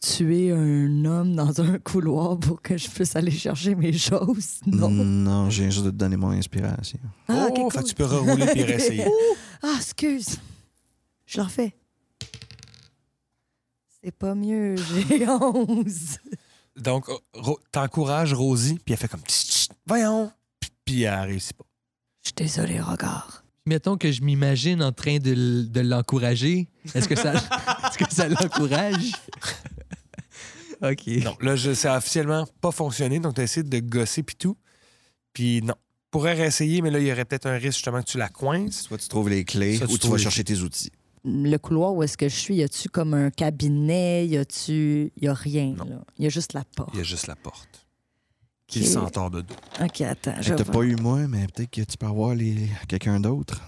[SPEAKER 3] Tuer un homme dans un couloir pour que je puisse aller chercher mes choses.
[SPEAKER 5] Non. Non, j'ai juste de te donner mon inspiration.
[SPEAKER 3] Ah,
[SPEAKER 1] Mm. oh,
[SPEAKER 3] ok,
[SPEAKER 1] fait que
[SPEAKER 3] cool.
[SPEAKER 1] tu peux rerouler puis réessayer.
[SPEAKER 3] Ah, excuse. Je le refais. C'est pas mieux, j'ai 11.
[SPEAKER 1] Donc, Ro- t'encourages Rosie, puis elle fait comme Tch, tch, voyons, puis, puis elle réussit pas.
[SPEAKER 3] Je suis désolé, regard.
[SPEAKER 7] Mettons que je m'imagine en train de, l- de l'encourager. Est-ce que ça, est-ce que ça l'encourage? OK.
[SPEAKER 1] Non, là, je, ça a officiellement pas fonctionné, donc t'as essayé de gosser puis tout, puis non. Pourrais réessayer, mais là, il y aurait peut-être un risque justement que tu la coinces.
[SPEAKER 5] Soit tu trouves les clés
[SPEAKER 1] Ça, tu
[SPEAKER 5] ou tu
[SPEAKER 1] trouves
[SPEAKER 5] vas
[SPEAKER 1] les
[SPEAKER 5] chercher tes outils.
[SPEAKER 3] Le couloir où est-ce que je suis, y a-tu comme un cabinet? Y a-tu. Y a rien,
[SPEAKER 1] Non.
[SPEAKER 3] là. Y a juste la porte.
[SPEAKER 1] Il y a juste la porte. Qui
[SPEAKER 3] Ok.
[SPEAKER 1] s'entoure de dos.
[SPEAKER 3] Ok, attends.
[SPEAKER 5] Hey,
[SPEAKER 3] je
[SPEAKER 5] T'as
[SPEAKER 3] vais-
[SPEAKER 5] pas eu moi, mais peut-être que tu peux avoir les... quelqu'un d'autre.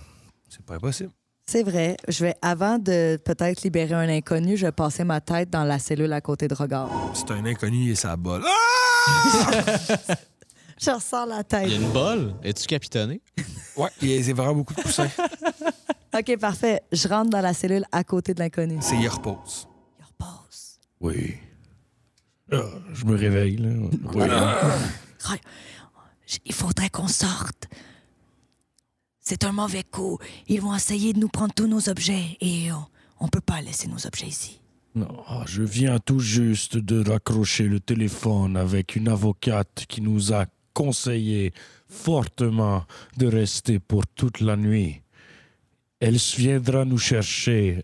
[SPEAKER 1] C'est pas impossible.
[SPEAKER 3] C'est vrai. Je vais, avant de peut-être libérer un inconnu, je vais passer ma tête dans la cellule à côté de regard.
[SPEAKER 1] C'est un inconnu et ça bol. Ah!
[SPEAKER 3] Je ressors la
[SPEAKER 4] Il y a
[SPEAKER 3] tête.
[SPEAKER 4] une bolle. Es-tu capitonné?
[SPEAKER 1] Ouais, il y a vraiment beaucoup de poussins.
[SPEAKER 3] OK, parfait. Je rentre dans la cellule à côté de l'inconnu.
[SPEAKER 1] C'est il repose.
[SPEAKER 2] Oui. Ah, je me réveille, là. Ah, Oui.
[SPEAKER 3] Il faudrait qu'on sorte. C'est un mauvais coup. Ils vont essayer de nous prendre tous nos objets et on, on peut pas laisser nos objets ici.
[SPEAKER 2] Non, ah, je viens tout juste de raccrocher le téléphone avec une avocate qui nous a conseillé fortement de rester pour toute la nuit. Elle viendra nous chercher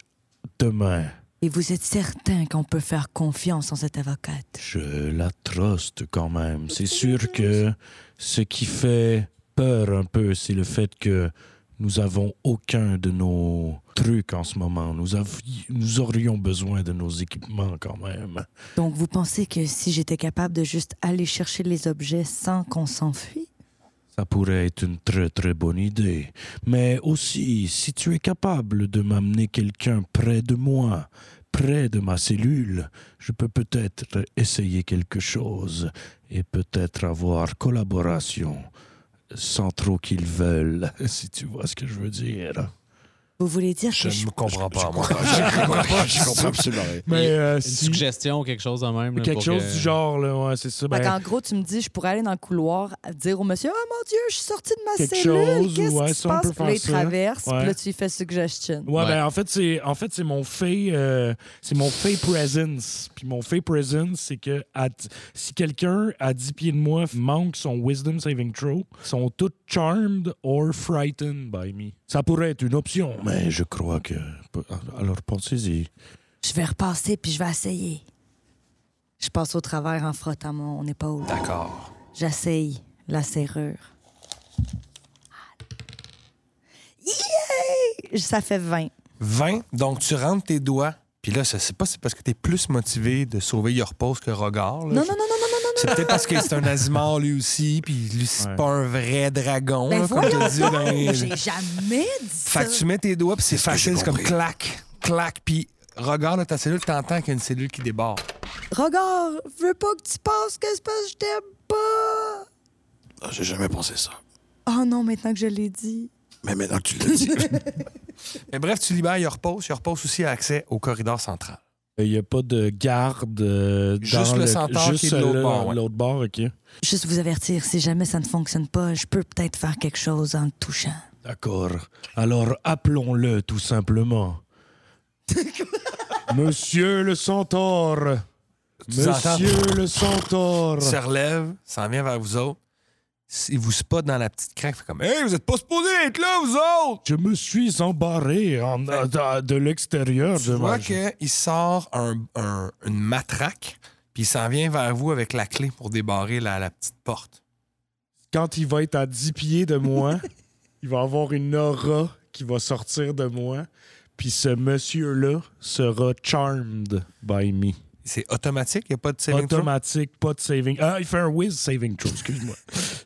[SPEAKER 2] demain.
[SPEAKER 3] Et vous êtes certain qu'on peut faire confiance en cette avocate?
[SPEAKER 2] Je la truste quand même. C'est sûr que ce qui fait peur un peu, c'est le fait que nous avons aucun de nos trucs en ce moment. Nous, avi- nous aurions besoin de nos équipements quand même.
[SPEAKER 3] Donc vous pensez que si j'étais capable de juste aller chercher les objets sans qu'on s'enfuit?
[SPEAKER 2] Ça pourrait être une très très bonne idée. Mais aussi, si tu es capable de m'amener quelqu'un près de moi, près de ma cellule, je peux peut-être essayer quelque chose et peut-être avoir collaboration sans trop qu'ils veulent, si tu vois ce que je veux dire.
[SPEAKER 3] Vous voulez dire
[SPEAKER 1] Je
[SPEAKER 3] que je...
[SPEAKER 1] ne comprends pas, moi.
[SPEAKER 2] Mais, euh,
[SPEAKER 4] une
[SPEAKER 2] si-
[SPEAKER 4] suggestion, quelque chose de même. là,
[SPEAKER 2] Quelque
[SPEAKER 4] pour
[SPEAKER 2] chose
[SPEAKER 4] que-
[SPEAKER 2] du genre, là, ouais, c'est ça.
[SPEAKER 3] Fait
[SPEAKER 2] ben,
[SPEAKER 3] qu'en gros, tu me dis, je pourrais aller dans le couloir, dire au monsieur, oh mon Dieu, je suis sorti de ma
[SPEAKER 2] Quelque
[SPEAKER 3] cellule,
[SPEAKER 2] chose,
[SPEAKER 3] qu'est-ce
[SPEAKER 2] ouais,
[SPEAKER 3] qui se
[SPEAKER 2] ça, on
[SPEAKER 3] passe?
[SPEAKER 2] peut
[SPEAKER 3] Puis là, il
[SPEAKER 2] faire ça.
[SPEAKER 3] traverse, puis
[SPEAKER 2] Ouais.
[SPEAKER 3] là, tu lui fais suggestion.
[SPEAKER 2] Ouais, ben, en fait c'est en fait c'est mon fait euh, c'est mon fait presence. Puis mon fait presence c'est que à t- si quelqu'un à 10 pieds de moi manque son wisdom saving throw, ils sont tous charmed or frightened by me. Ça pourrait être une option, mais je crois que alors pensez-y.
[SPEAKER 3] Je vais repasser, puis je vais essayer. Je passe au travers en frottant mon épaule.
[SPEAKER 1] D'accord.
[SPEAKER 3] J'essaye la serrure. Yeah! Ça fait 20.
[SPEAKER 1] 20, donc tu rentres tes doigts. Puis là, ça, c'est pas c'est parce que t'es plus motivé de sauver Your Pose que Regard. là.
[SPEAKER 3] Non, non, non, non, non, non, non.
[SPEAKER 1] C'est peut-être parce que c'est un Azimar lui aussi, puis lui, c'est pas un vrai dragon,
[SPEAKER 3] Ben
[SPEAKER 1] là, comme
[SPEAKER 3] voyons
[SPEAKER 1] t'as dit.
[SPEAKER 3] donc,
[SPEAKER 1] dans les-
[SPEAKER 3] J'ai jamais dit ça.
[SPEAKER 1] Fait que tu mets tes doigts, puis c'est facile, c'est comme clac, clac, puis regarde là, ta cellule, t'entends qu'il y a une cellule qui déborde.
[SPEAKER 3] Regarde, veux pas que tu penses que c'est parce que je t'aime pas.
[SPEAKER 5] Ah, J'ai jamais pensé ça.
[SPEAKER 3] Oh non, maintenant que je l'ai dit.
[SPEAKER 5] Mais maintenant que tu l'as dit.
[SPEAKER 1] Mais bref, tu libères Your Pose. Your Pose aussi a accès au corridor central.
[SPEAKER 2] Il n'y a pas de garde euh,
[SPEAKER 1] Juste
[SPEAKER 2] dans
[SPEAKER 1] le centaure
[SPEAKER 2] juste
[SPEAKER 1] qui est de l'autre
[SPEAKER 2] le-
[SPEAKER 1] bord, ouais.
[SPEAKER 2] l'autre bord, OK.
[SPEAKER 3] Juste vous avertir, si jamais ça ne fonctionne pas, je peux peut-être faire quelque chose en le touchant.
[SPEAKER 2] D'accord. Alors appelons-le tout simplement. Monsieur le centaure.
[SPEAKER 1] Tu entends-
[SPEAKER 2] Monsieur le centaure.
[SPEAKER 1] se relève, s'en vient vers vous autres. Il vous spot dans la petite craque, fait comme Hey, vous êtes pas supposé être là, vous autres!
[SPEAKER 2] Je me suis embarré en- de, de l'extérieur
[SPEAKER 1] Tu
[SPEAKER 2] de
[SPEAKER 1] vois
[SPEAKER 2] ma...
[SPEAKER 1] qu'il sort un, un- une matraque, puis il s'en vient vers vous avec la clé pour débarrer la, la petite porte.
[SPEAKER 2] Quand il va être à 10 pieds de moi, il va avoir une aura qui va sortir de moi. Puis ce monsieur-là sera charmed by me.
[SPEAKER 1] C'est automatique, il n'y a pas de saving throw?
[SPEAKER 2] Automatique, pas de saving. Ah, il fait un whiz saving throw, excuse-moi.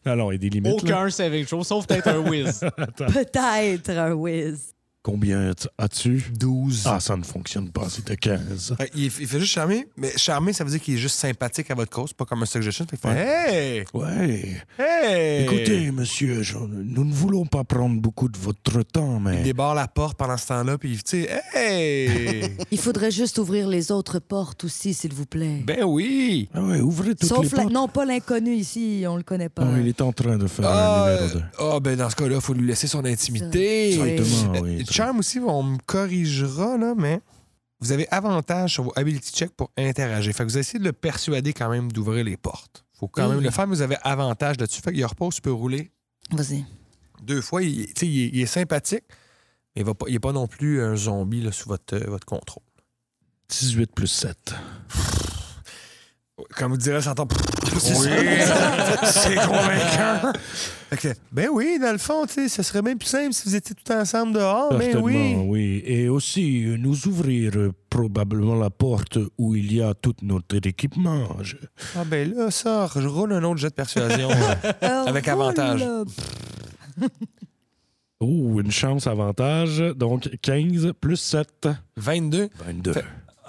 [SPEAKER 2] non, non, il y a des limites. là.
[SPEAKER 4] Aucun saving throw, sauf peut-être un whiz.
[SPEAKER 3] Peut-être un whiz.
[SPEAKER 2] Combien t- as-tu?
[SPEAKER 1] 12.
[SPEAKER 2] Ah, ça ne fonctionne pas, c'était 15.
[SPEAKER 1] Euh, Il, il fait juste charmer, mais charmer, ça veut dire qu'il est juste sympathique à votre cause, pas comme un suggestion. Fait qu'il fait, Hey!
[SPEAKER 2] Ouais.
[SPEAKER 1] Hey!
[SPEAKER 2] Écoutez, monsieur, je- nous ne voulons pas prendre beaucoup de votre temps,
[SPEAKER 1] Il
[SPEAKER 2] mais
[SPEAKER 1] débarre la porte pendant ce temps-là, puis il tu sais, Hey!
[SPEAKER 3] Il faudrait juste ouvrir les autres portes aussi, s'il vous plaît.
[SPEAKER 1] ben oui!
[SPEAKER 2] Ah ouais, ouvrez toutes
[SPEAKER 3] Sauf
[SPEAKER 2] les
[SPEAKER 3] la...
[SPEAKER 2] portes.
[SPEAKER 3] non, pas l'inconnu ici, on le connaît pas.
[SPEAKER 2] Ah ouais, il est en train de faire
[SPEAKER 1] Ah,
[SPEAKER 2] un
[SPEAKER 1] euh,
[SPEAKER 2] numéro 2.
[SPEAKER 1] ah, ben dans ce cas-là, il faut lui laisser son intimité.
[SPEAKER 3] Ça,
[SPEAKER 2] Exactement,
[SPEAKER 1] Euh,
[SPEAKER 2] oui.
[SPEAKER 1] Charm aussi, on me corrigera, là, mais vous avez avantage sur vos ability checks pour interagir. Fait que vous essayez de le persuader quand même d'ouvrir les portes. faut quand même le faire, mais vous avez avantage là-dessus. Fait que Yorpos peut rouler
[SPEAKER 3] Vas-y.
[SPEAKER 1] deux fois. Il, tu sais, il est, il est sympathique, mais il n'est pas, il est pas non plus un zombie là, sous votre, euh, votre contrôle.
[SPEAKER 2] 18 plus 7.
[SPEAKER 1] Comme vous direz, ça entend. Oui, c'est convaincant. Fait que, ben oui, dans le fond, tu sais, ce serait même plus simple si vous étiez tout ensemble
[SPEAKER 3] Oh,
[SPEAKER 1] dehors. Mais
[SPEAKER 2] Certainement,
[SPEAKER 1] oui.
[SPEAKER 2] oui. Et aussi, euh, nous ouvrir euh, probablement la porte où il y a tout notre équipement. Je-
[SPEAKER 1] Ah ben là, ça, je roule un autre jet de persuasion. ouais. Avec
[SPEAKER 3] Euh,
[SPEAKER 1] avantage.
[SPEAKER 2] Oh, une chance avantage. Donc, 15 plus 7.
[SPEAKER 1] 22.
[SPEAKER 2] 22.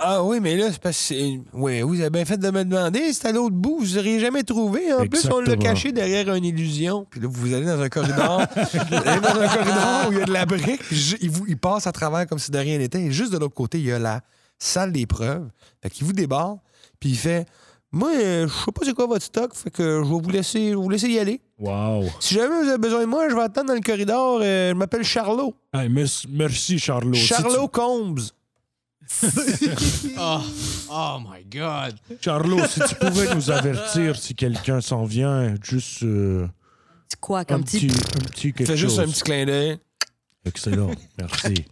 [SPEAKER 1] Ah oui, mais là, c'est parce que... c'est- Oui, vous avez bien fait de me demander. C'est à l'autre bout. Vous n'auriez jamais trouvé. En plus, on l'a
[SPEAKER 2] Exactement.
[SPEAKER 1] caché derrière une illusion. Puis là, vous allez dans un corridor. vous allez dans un corridor où il y a de la brique. puis je- il, vous- il passe à travers comme si de rien n'était. Et juste de l'autre côté, il y a la salle des preuves. Fait qu'il vous débarre. Puis il fait... Moi, euh, je sais pas c'est quoi votre stock, fait que je vais vous laisser, je vais vous laisser y aller.
[SPEAKER 2] Wow.
[SPEAKER 1] Si jamais vous avez besoin de moi, je vais attendre dans le corridor. Euh, je m'appelle Charlot.
[SPEAKER 2] Hey, mes- merci, Charlot. Si
[SPEAKER 1] Charlot Combs.
[SPEAKER 4] oh, oh my God.
[SPEAKER 2] tu- Charlot, si tu pouvais nous avertir si quelqu'un s'en vient, juste euh,
[SPEAKER 3] C'est quoi,
[SPEAKER 2] un,
[SPEAKER 3] comme
[SPEAKER 2] petit,
[SPEAKER 3] petit...
[SPEAKER 2] un petit quelque
[SPEAKER 1] Fais juste
[SPEAKER 2] chose.
[SPEAKER 1] un petit clin d'œil.
[SPEAKER 2] Excellent. Merci.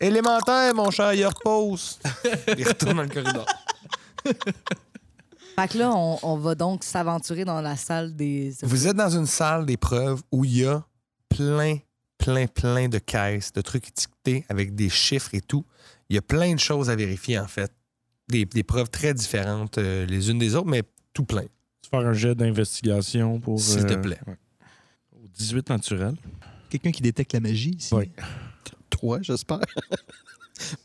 [SPEAKER 1] Élémentaire, mon cher, il repose. il retourne dans le corridor.
[SPEAKER 3] Fait que là, on, on va donc s'aventurer dans la salle des...
[SPEAKER 1] Vous êtes dans une salle d'épreuve où il y a plein, plein, plein de caisses, de trucs étiquetés avec des chiffres et tout. Il y a plein de choses à vérifier, en fait. Des, des preuves très différentes euh, les unes des autres, mais tout plein.
[SPEAKER 2] Tu faire un jet d'investigation pour.
[SPEAKER 1] S'il te
[SPEAKER 2] euh,
[SPEAKER 1] plaît.
[SPEAKER 2] ouais. 18 naturel.
[SPEAKER 6] Quelqu'un qui détecte la magie ici?
[SPEAKER 2] Oui.
[SPEAKER 5] Toi, j'espère.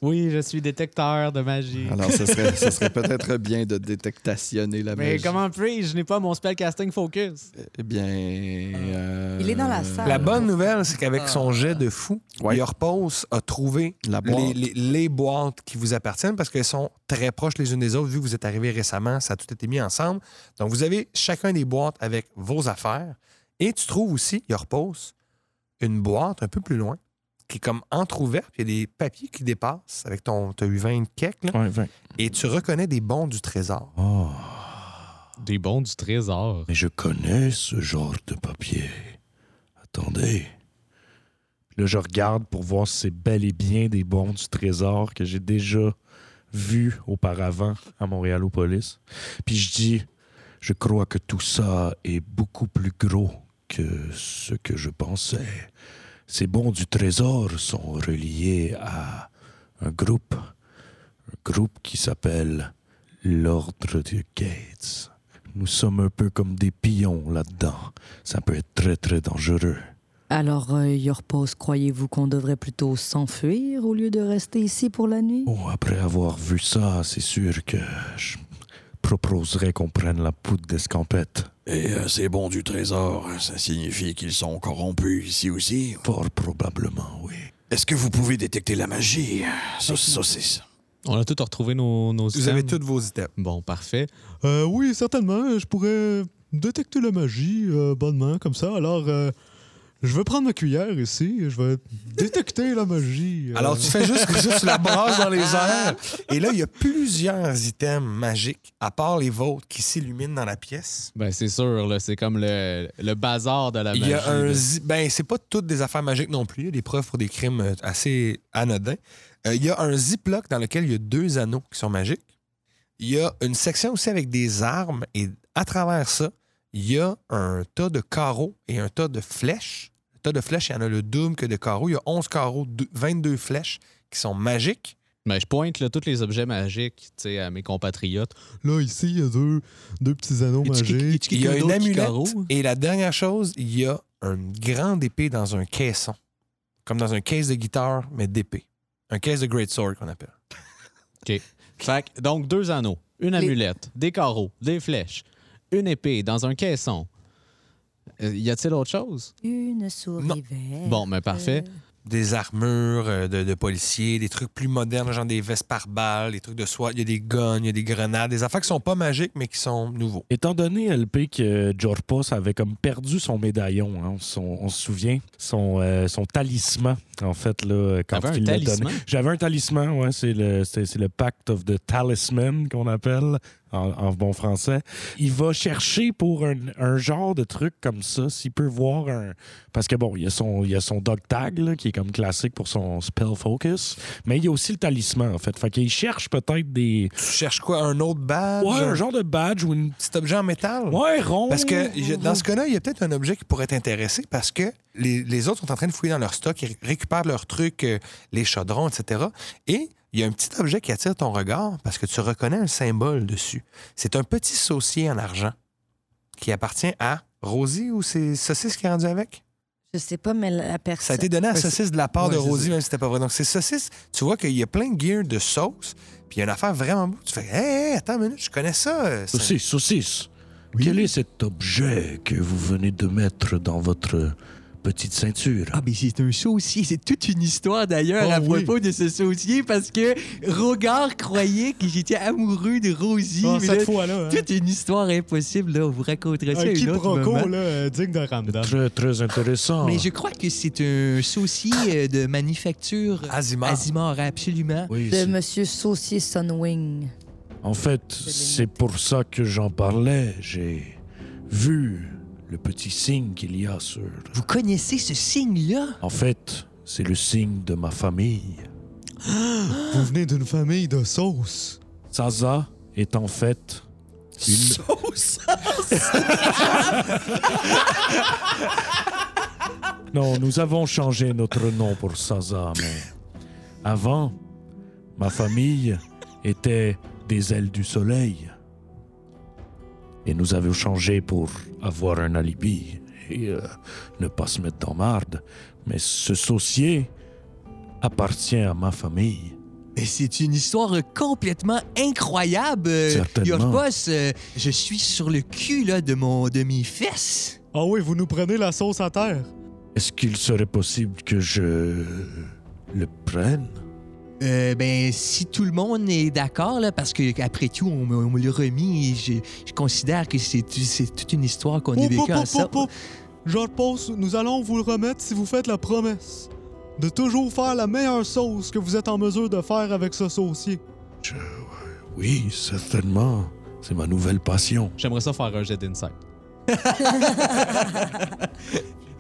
[SPEAKER 4] Oui, je suis détecteur de magie.
[SPEAKER 1] Ah,
[SPEAKER 5] Alors, ce serait, ce serait peut-être bien de détectationner la
[SPEAKER 4] Mais
[SPEAKER 5] magie.
[SPEAKER 4] comment puis-je? Je n'ai pas mon spellcasting focus.
[SPEAKER 5] Eh bien... euh,
[SPEAKER 3] Il est dans la salle.
[SPEAKER 1] La bonne nouvelle, c'est qu'avec son jet de fou, Yorpos a trouvé
[SPEAKER 5] La boîte.
[SPEAKER 1] les, les- les boîtes qui vous appartiennent parce qu'elles sont très proches les unes des autres. Vu que vous êtes arrivés récemment, ça a tout été mis ensemble. Donc, vous avez chacun des boîtes avec vos affaires. Et tu trouves aussi, Yorpos, une boîte un peu plus loin qui est comme entrouverte. puis Il y a des papiers qui dépassent avec ton... Tu as eu 20 kek, là.
[SPEAKER 2] Ouais, 20.
[SPEAKER 1] Et tu reconnais des bons du trésor.
[SPEAKER 2] Oh,
[SPEAKER 4] Des bons du trésor.
[SPEAKER 2] mais je connais ce genre de papier. Attendez. Puis là, je regarde pour voir si c'est bel et bien des bons du trésor que j'ai déjà vus auparavant à Montréalopolis. Puis je dis, je crois que tout ça est beaucoup plus gros que ce que je pensais. Ces bons du trésor sont reliés à un groupe, un groupe qui s'appelle l'Ordre de Gates. Nous sommes un peu comme des pions là-dedans. Ça peut être très, très dangereux.
[SPEAKER 3] Alors, euh, Yorpos, croyez-vous qu'on devrait plutôt s'enfuir au lieu de rester ici pour la nuit?
[SPEAKER 2] Bon, Oh, après avoir vu ça, c'est sûr que je proposerais qu'on prenne la poudre d'escampette.
[SPEAKER 10] Et euh, ces bons du trésor, ça signifie qu'ils sont corrompus ici aussi?
[SPEAKER 2] Fort probablement, oui.
[SPEAKER 10] Est-ce que vous pouvez détecter la magie? Ça, ça, c'est ça.
[SPEAKER 4] On a tous retrouvé nos, nos
[SPEAKER 1] Vous avez tous vos items.
[SPEAKER 4] Bon, parfait.
[SPEAKER 8] Euh, oui, certainement. Je pourrais détecter la magie euh, bonnement, comme ça. Alors, euh, je vais prendre ma cuillère ici. et Je vais détecter la magie. euh.
[SPEAKER 1] Alors, tu fais juste comme ça, tu la brasses dans les airs. Et là, il y a plusieurs items magiques, à part les vôtres, qui s'illuminent dans la pièce.
[SPEAKER 4] Ben, c'est sûr, là, c'est comme le, Euh, le bazar de la magie.
[SPEAKER 1] Il y a un.
[SPEAKER 4] là.
[SPEAKER 1] zi- Ben, c'est pas toutes des affaires magiques non plus. Il y a des preuves pour des crimes euh, assez anodins. Euh, il y a un ziploc dans lequel il y a deux anneaux qui sont magiques. Il y a une section aussi avec des armes. Et à travers ça, il y a un tas de carreaux et un tas de flèches. Le tas de flèches, il y en a le double que de carreaux. Il y a 11 carreaux, deux- 22 flèches qui sont magiques.
[SPEAKER 4] Ben, je pointe là, tous les objets magiques tu sais, à mes compatriotes.
[SPEAKER 8] Là, ici, il y a deux, deux petits
[SPEAKER 1] Oh,
[SPEAKER 8] anneaux
[SPEAKER 6] Y a-t-il-
[SPEAKER 8] magiques.
[SPEAKER 6] y
[SPEAKER 1] Il y a
[SPEAKER 6] a-t-il quelqu'un
[SPEAKER 1] une
[SPEAKER 6] d'autre qui
[SPEAKER 1] amulette.
[SPEAKER 6] carreau?
[SPEAKER 1] Et la dernière chose, il y a une grande épée dans un caisson. Comme dans un case de guitare, mais d'épée. Un case de Great Sword qu'on appelle.
[SPEAKER 4] Fait que, donc, deux anneaux, une amulette, des carreaux, des flèches, une épée dans un caisson. Euh, y a-t-il autre chose?
[SPEAKER 3] Une souris
[SPEAKER 1] Non.
[SPEAKER 3] verte. Euh,
[SPEAKER 4] Bon, mais parfait.
[SPEAKER 1] Des armures euh, de, de policiers, des trucs plus modernes, genre des vestes par balles, des trucs de soie. Il y a des guns, il y a des grenades, des affaires qui sont pas magiques, mais qui sont nouveaux.
[SPEAKER 2] Étant donné, LP, que Jorpos avait comme perdu son médaillon, hein, son- on se souvient, son, euh, son talisman, en fait, là, quand
[SPEAKER 4] T'avais un
[SPEAKER 2] il l'a donné.
[SPEAKER 4] talisman?
[SPEAKER 2] J'avais un talisman, ouais, c'est le, c'est, c'est le Pact of the Talisman qu'on appelle en, en bon français. Il va chercher pour un, un genre de truc comme ça, s'il peut voir un... Parce que bon, il y a son, il y a son dog tag, là, qui est comme classique pour son spell focus, mais il y a aussi le talisman, en fait. Fait qu'il cherche peut-être des...
[SPEAKER 1] Tu cherches quoi? Un autre badge?
[SPEAKER 2] Ouais, un
[SPEAKER 1] un
[SPEAKER 2] genre de badge ou une...
[SPEAKER 1] petit objet en métal?
[SPEAKER 2] Ouais, rond.
[SPEAKER 1] Parce
[SPEAKER 6] Oh.
[SPEAKER 1] que je- dans ce cas-là, il y a peut-être un objet qui pourrait t'intéresser parce que les, les autres sont en train de fouiller dans leur stock, ils récupèrent leurs trucs, euh, les chaudrons, etc. Et il y a un petit objet qui attire ton regard parce que tu reconnais un symbole dessus. C'est un petit saucier en argent qui appartient à Rosie ou c'est Saucisse qui est rendu avec?
[SPEAKER 3] Je sais pas, mais la
[SPEAKER 1] Ça a
[SPEAKER 3] personne.
[SPEAKER 1] été donné à Saucisse de la part
[SPEAKER 6] Ouais,
[SPEAKER 1] de
[SPEAKER 6] c'est
[SPEAKER 1] Rosie,
[SPEAKER 6] ça.
[SPEAKER 1] même si c'était pas vrai. Donc c'est Saucisse, tu vois qu'il y a plein de gear de sauce, puis il y a une affaire vraiment beau. Tu fais, hé, hey, attends une minute, je connais ça. euh, ça-
[SPEAKER 2] Saucisse, saucisse. Quel est cet objet que vous venez de mettre dans votre petite ceinture?
[SPEAKER 6] Ah, mais c'est un saucier. C'est toute une histoire d'ailleurs
[SPEAKER 8] Oh
[SPEAKER 6] à
[SPEAKER 8] oui.
[SPEAKER 6] propos de ce saucier parce que Rogard croyait que j'étais amoureux de Rosie.
[SPEAKER 8] Ah,
[SPEAKER 6] mais
[SPEAKER 8] cette
[SPEAKER 6] là,
[SPEAKER 8] fois-là. hein.
[SPEAKER 6] toute une histoire impossible, là. On vous racontera ça à
[SPEAKER 8] Un
[SPEAKER 6] une autre
[SPEAKER 8] quiproquo,
[SPEAKER 6] moment.
[SPEAKER 8] là, euh, digne de
[SPEAKER 1] Ah.
[SPEAKER 8] Ramdan.
[SPEAKER 2] Très, très intéressant.
[SPEAKER 6] Mais je crois que c'est un saucier euh, de manufacture
[SPEAKER 1] Azimar.
[SPEAKER 6] Azimar, absolument.
[SPEAKER 2] Oui,
[SPEAKER 3] De
[SPEAKER 2] c'est-
[SPEAKER 3] Monsieur Saucier Sunwing.
[SPEAKER 2] en fait,
[SPEAKER 3] l'ai
[SPEAKER 2] c'est
[SPEAKER 3] noté.
[SPEAKER 2] pour ça que j'en parlais. J'ai vu le petit signe qu'il y a sur...
[SPEAKER 6] Vous connaissez ce signe-là?
[SPEAKER 2] En fait, c'est le signe de ma famille.
[SPEAKER 8] Vous venez d'une famille de sauces.
[SPEAKER 2] Saza est en fait une... non, nous avons changé notre nom pour Saza, mais avant, ma famille était des ailes du soleil. Et nous avons changé pour avoir un alibi. et euh, ne pas se mettre dans marde. Mais ce saucier appartient à ma famille.
[SPEAKER 7] Mais c'est une histoire complètement incroyable. euh,
[SPEAKER 2] Certainement.
[SPEAKER 7] Yorgos, euh, je suis sur le cul là, de, mon, de mes fesses.
[SPEAKER 8] Ah oui, vous nous prenez la sauce à terre.
[SPEAKER 2] Est-ce qu'il serait possible que je le prenne
[SPEAKER 7] Euh, ben, si tout le monde est d'accord, là, parce que après tout, on, me- on me l'a remis, et je, je considère que c'est c'est toute une histoire qu'on a
[SPEAKER 8] Pou, pou,
[SPEAKER 7] vécue
[SPEAKER 8] pou, pou,
[SPEAKER 7] ensemble.
[SPEAKER 8] pou. Je repose, nous allons vous le remettre si vous faites la promesse de toujours faire la meilleure sauce que vous êtes en mesure de faire avec ce saucier.
[SPEAKER 2] Oui, certainement. C'est ma nouvelle passion.
[SPEAKER 13] J'aimerais ça faire un jet d'insight.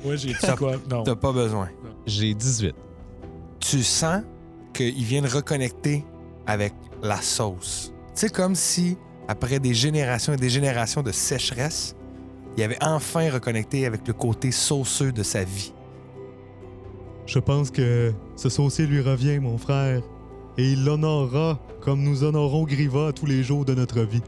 [SPEAKER 2] Ouais, j'ai
[SPEAKER 1] dit quoi?
[SPEAKER 2] Non.
[SPEAKER 1] T'as pas besoin.
[SPEAKER 13] J'ai 18.
[SPEAKER 1] Tu sens qu'il vient de reconnecter avec la sauce. C'est comme si, après des générations et des générations de sécheresse, il avait enfin reconnecté avec le côté sauceux de sa vie.
[SPEAKER 8] Je pense que ce saucier lui revient, mon frère, et il l'honorera comme nous honorons Griva tous les jours de notre vie.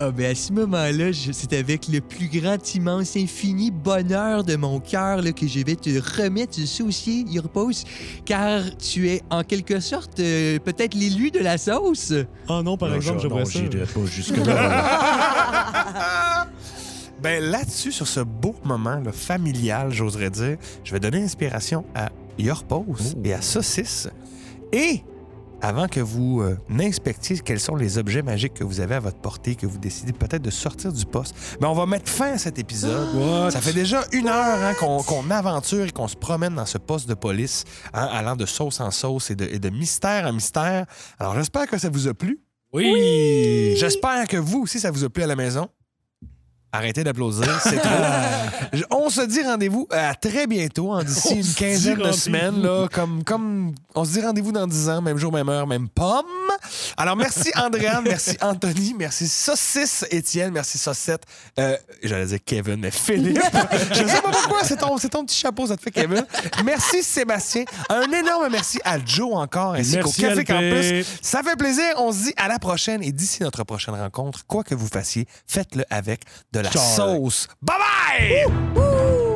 [SPEAKER 7] Ah, ben, à ce moment-là, je- c'est avec le plus grand, immense, infini bonheur de mon cœur là, que je vais te remettre ce souci, repose, car tu es en quelque sorte euh, peut-être l'élu de la sauce.
[SPEAKER 8] Ah non, par
[SPEAKER 2] Non,
[SPEAKER 8] exemple,
[SPEAKER 2] je-
[SPEAKER 8] j'aimerais
[SPEAKER 2] non,
[SPEAKER 8] ça.
[SPEAKER 2] j'irai pas jusque-là.
[SPEAKER 1] Ben là-dessus, sur ce beau moment là, familial, j'oserais dire, je vais donner inspiration à Yorpos et à Saucisse. Et avant que vous euh, n'inspectiez quels sont les objets magiques que vous avez à votre portée, que vous décidez peut-être de sortir du poste, ben on va mettre fin à cet épisode. Ça fait déjà une heure hein, qu'on qu'on aventure et qu'on se promène dans ce poste de police, hein, allant de sauce en sauce et de, et de mystère en mystère. Alors j'espère que ça vous a plu.
[SPEAKER 2] Oui!
[SPEAKER 1] J'espère que vous aussi, ça vous a plu à la maison. Arrêtez d'applaudir, c'est trop. Je- On se dit rendez-vous à très bientôt, en d'ici
[SPEAKER 2] On
[SPEAKER 1] une
[SPEAKER 2] se dit
[SPEAKER 1] quinzaine de
[SPEAKER 2] rendez-vous.
[SPEAKER 1] semaines, là, comme, comme on se dit rendez-vous dans 10 ans, même jour, même heure, même pomme. Alors merci Andréane, merci Anthony, merci Saucisse Étienne, merci Saucette, euh, j'allais dire Kevin, mais Philippe. Je sais pas pourquoi, c'est ton, c'est ton petit chapeau, ça te fait Kevin. Merci Sébastien, un énorme merci à Joe encore, ainsi qu'au
[SPEAKER 2] Merci,
[SPEAKER 1] Café
[SPEAKER 2] LP.
[SPEAKER 1] Campus. Ça fait plaisir. On se dit à la prochaine. Et d'ici notre prochaine rencontre, quoi que vous fassiez, faites-le avec de la
[SPEAKER 2] Ciao.
[SPEAKER 1] sauce. Bye bye!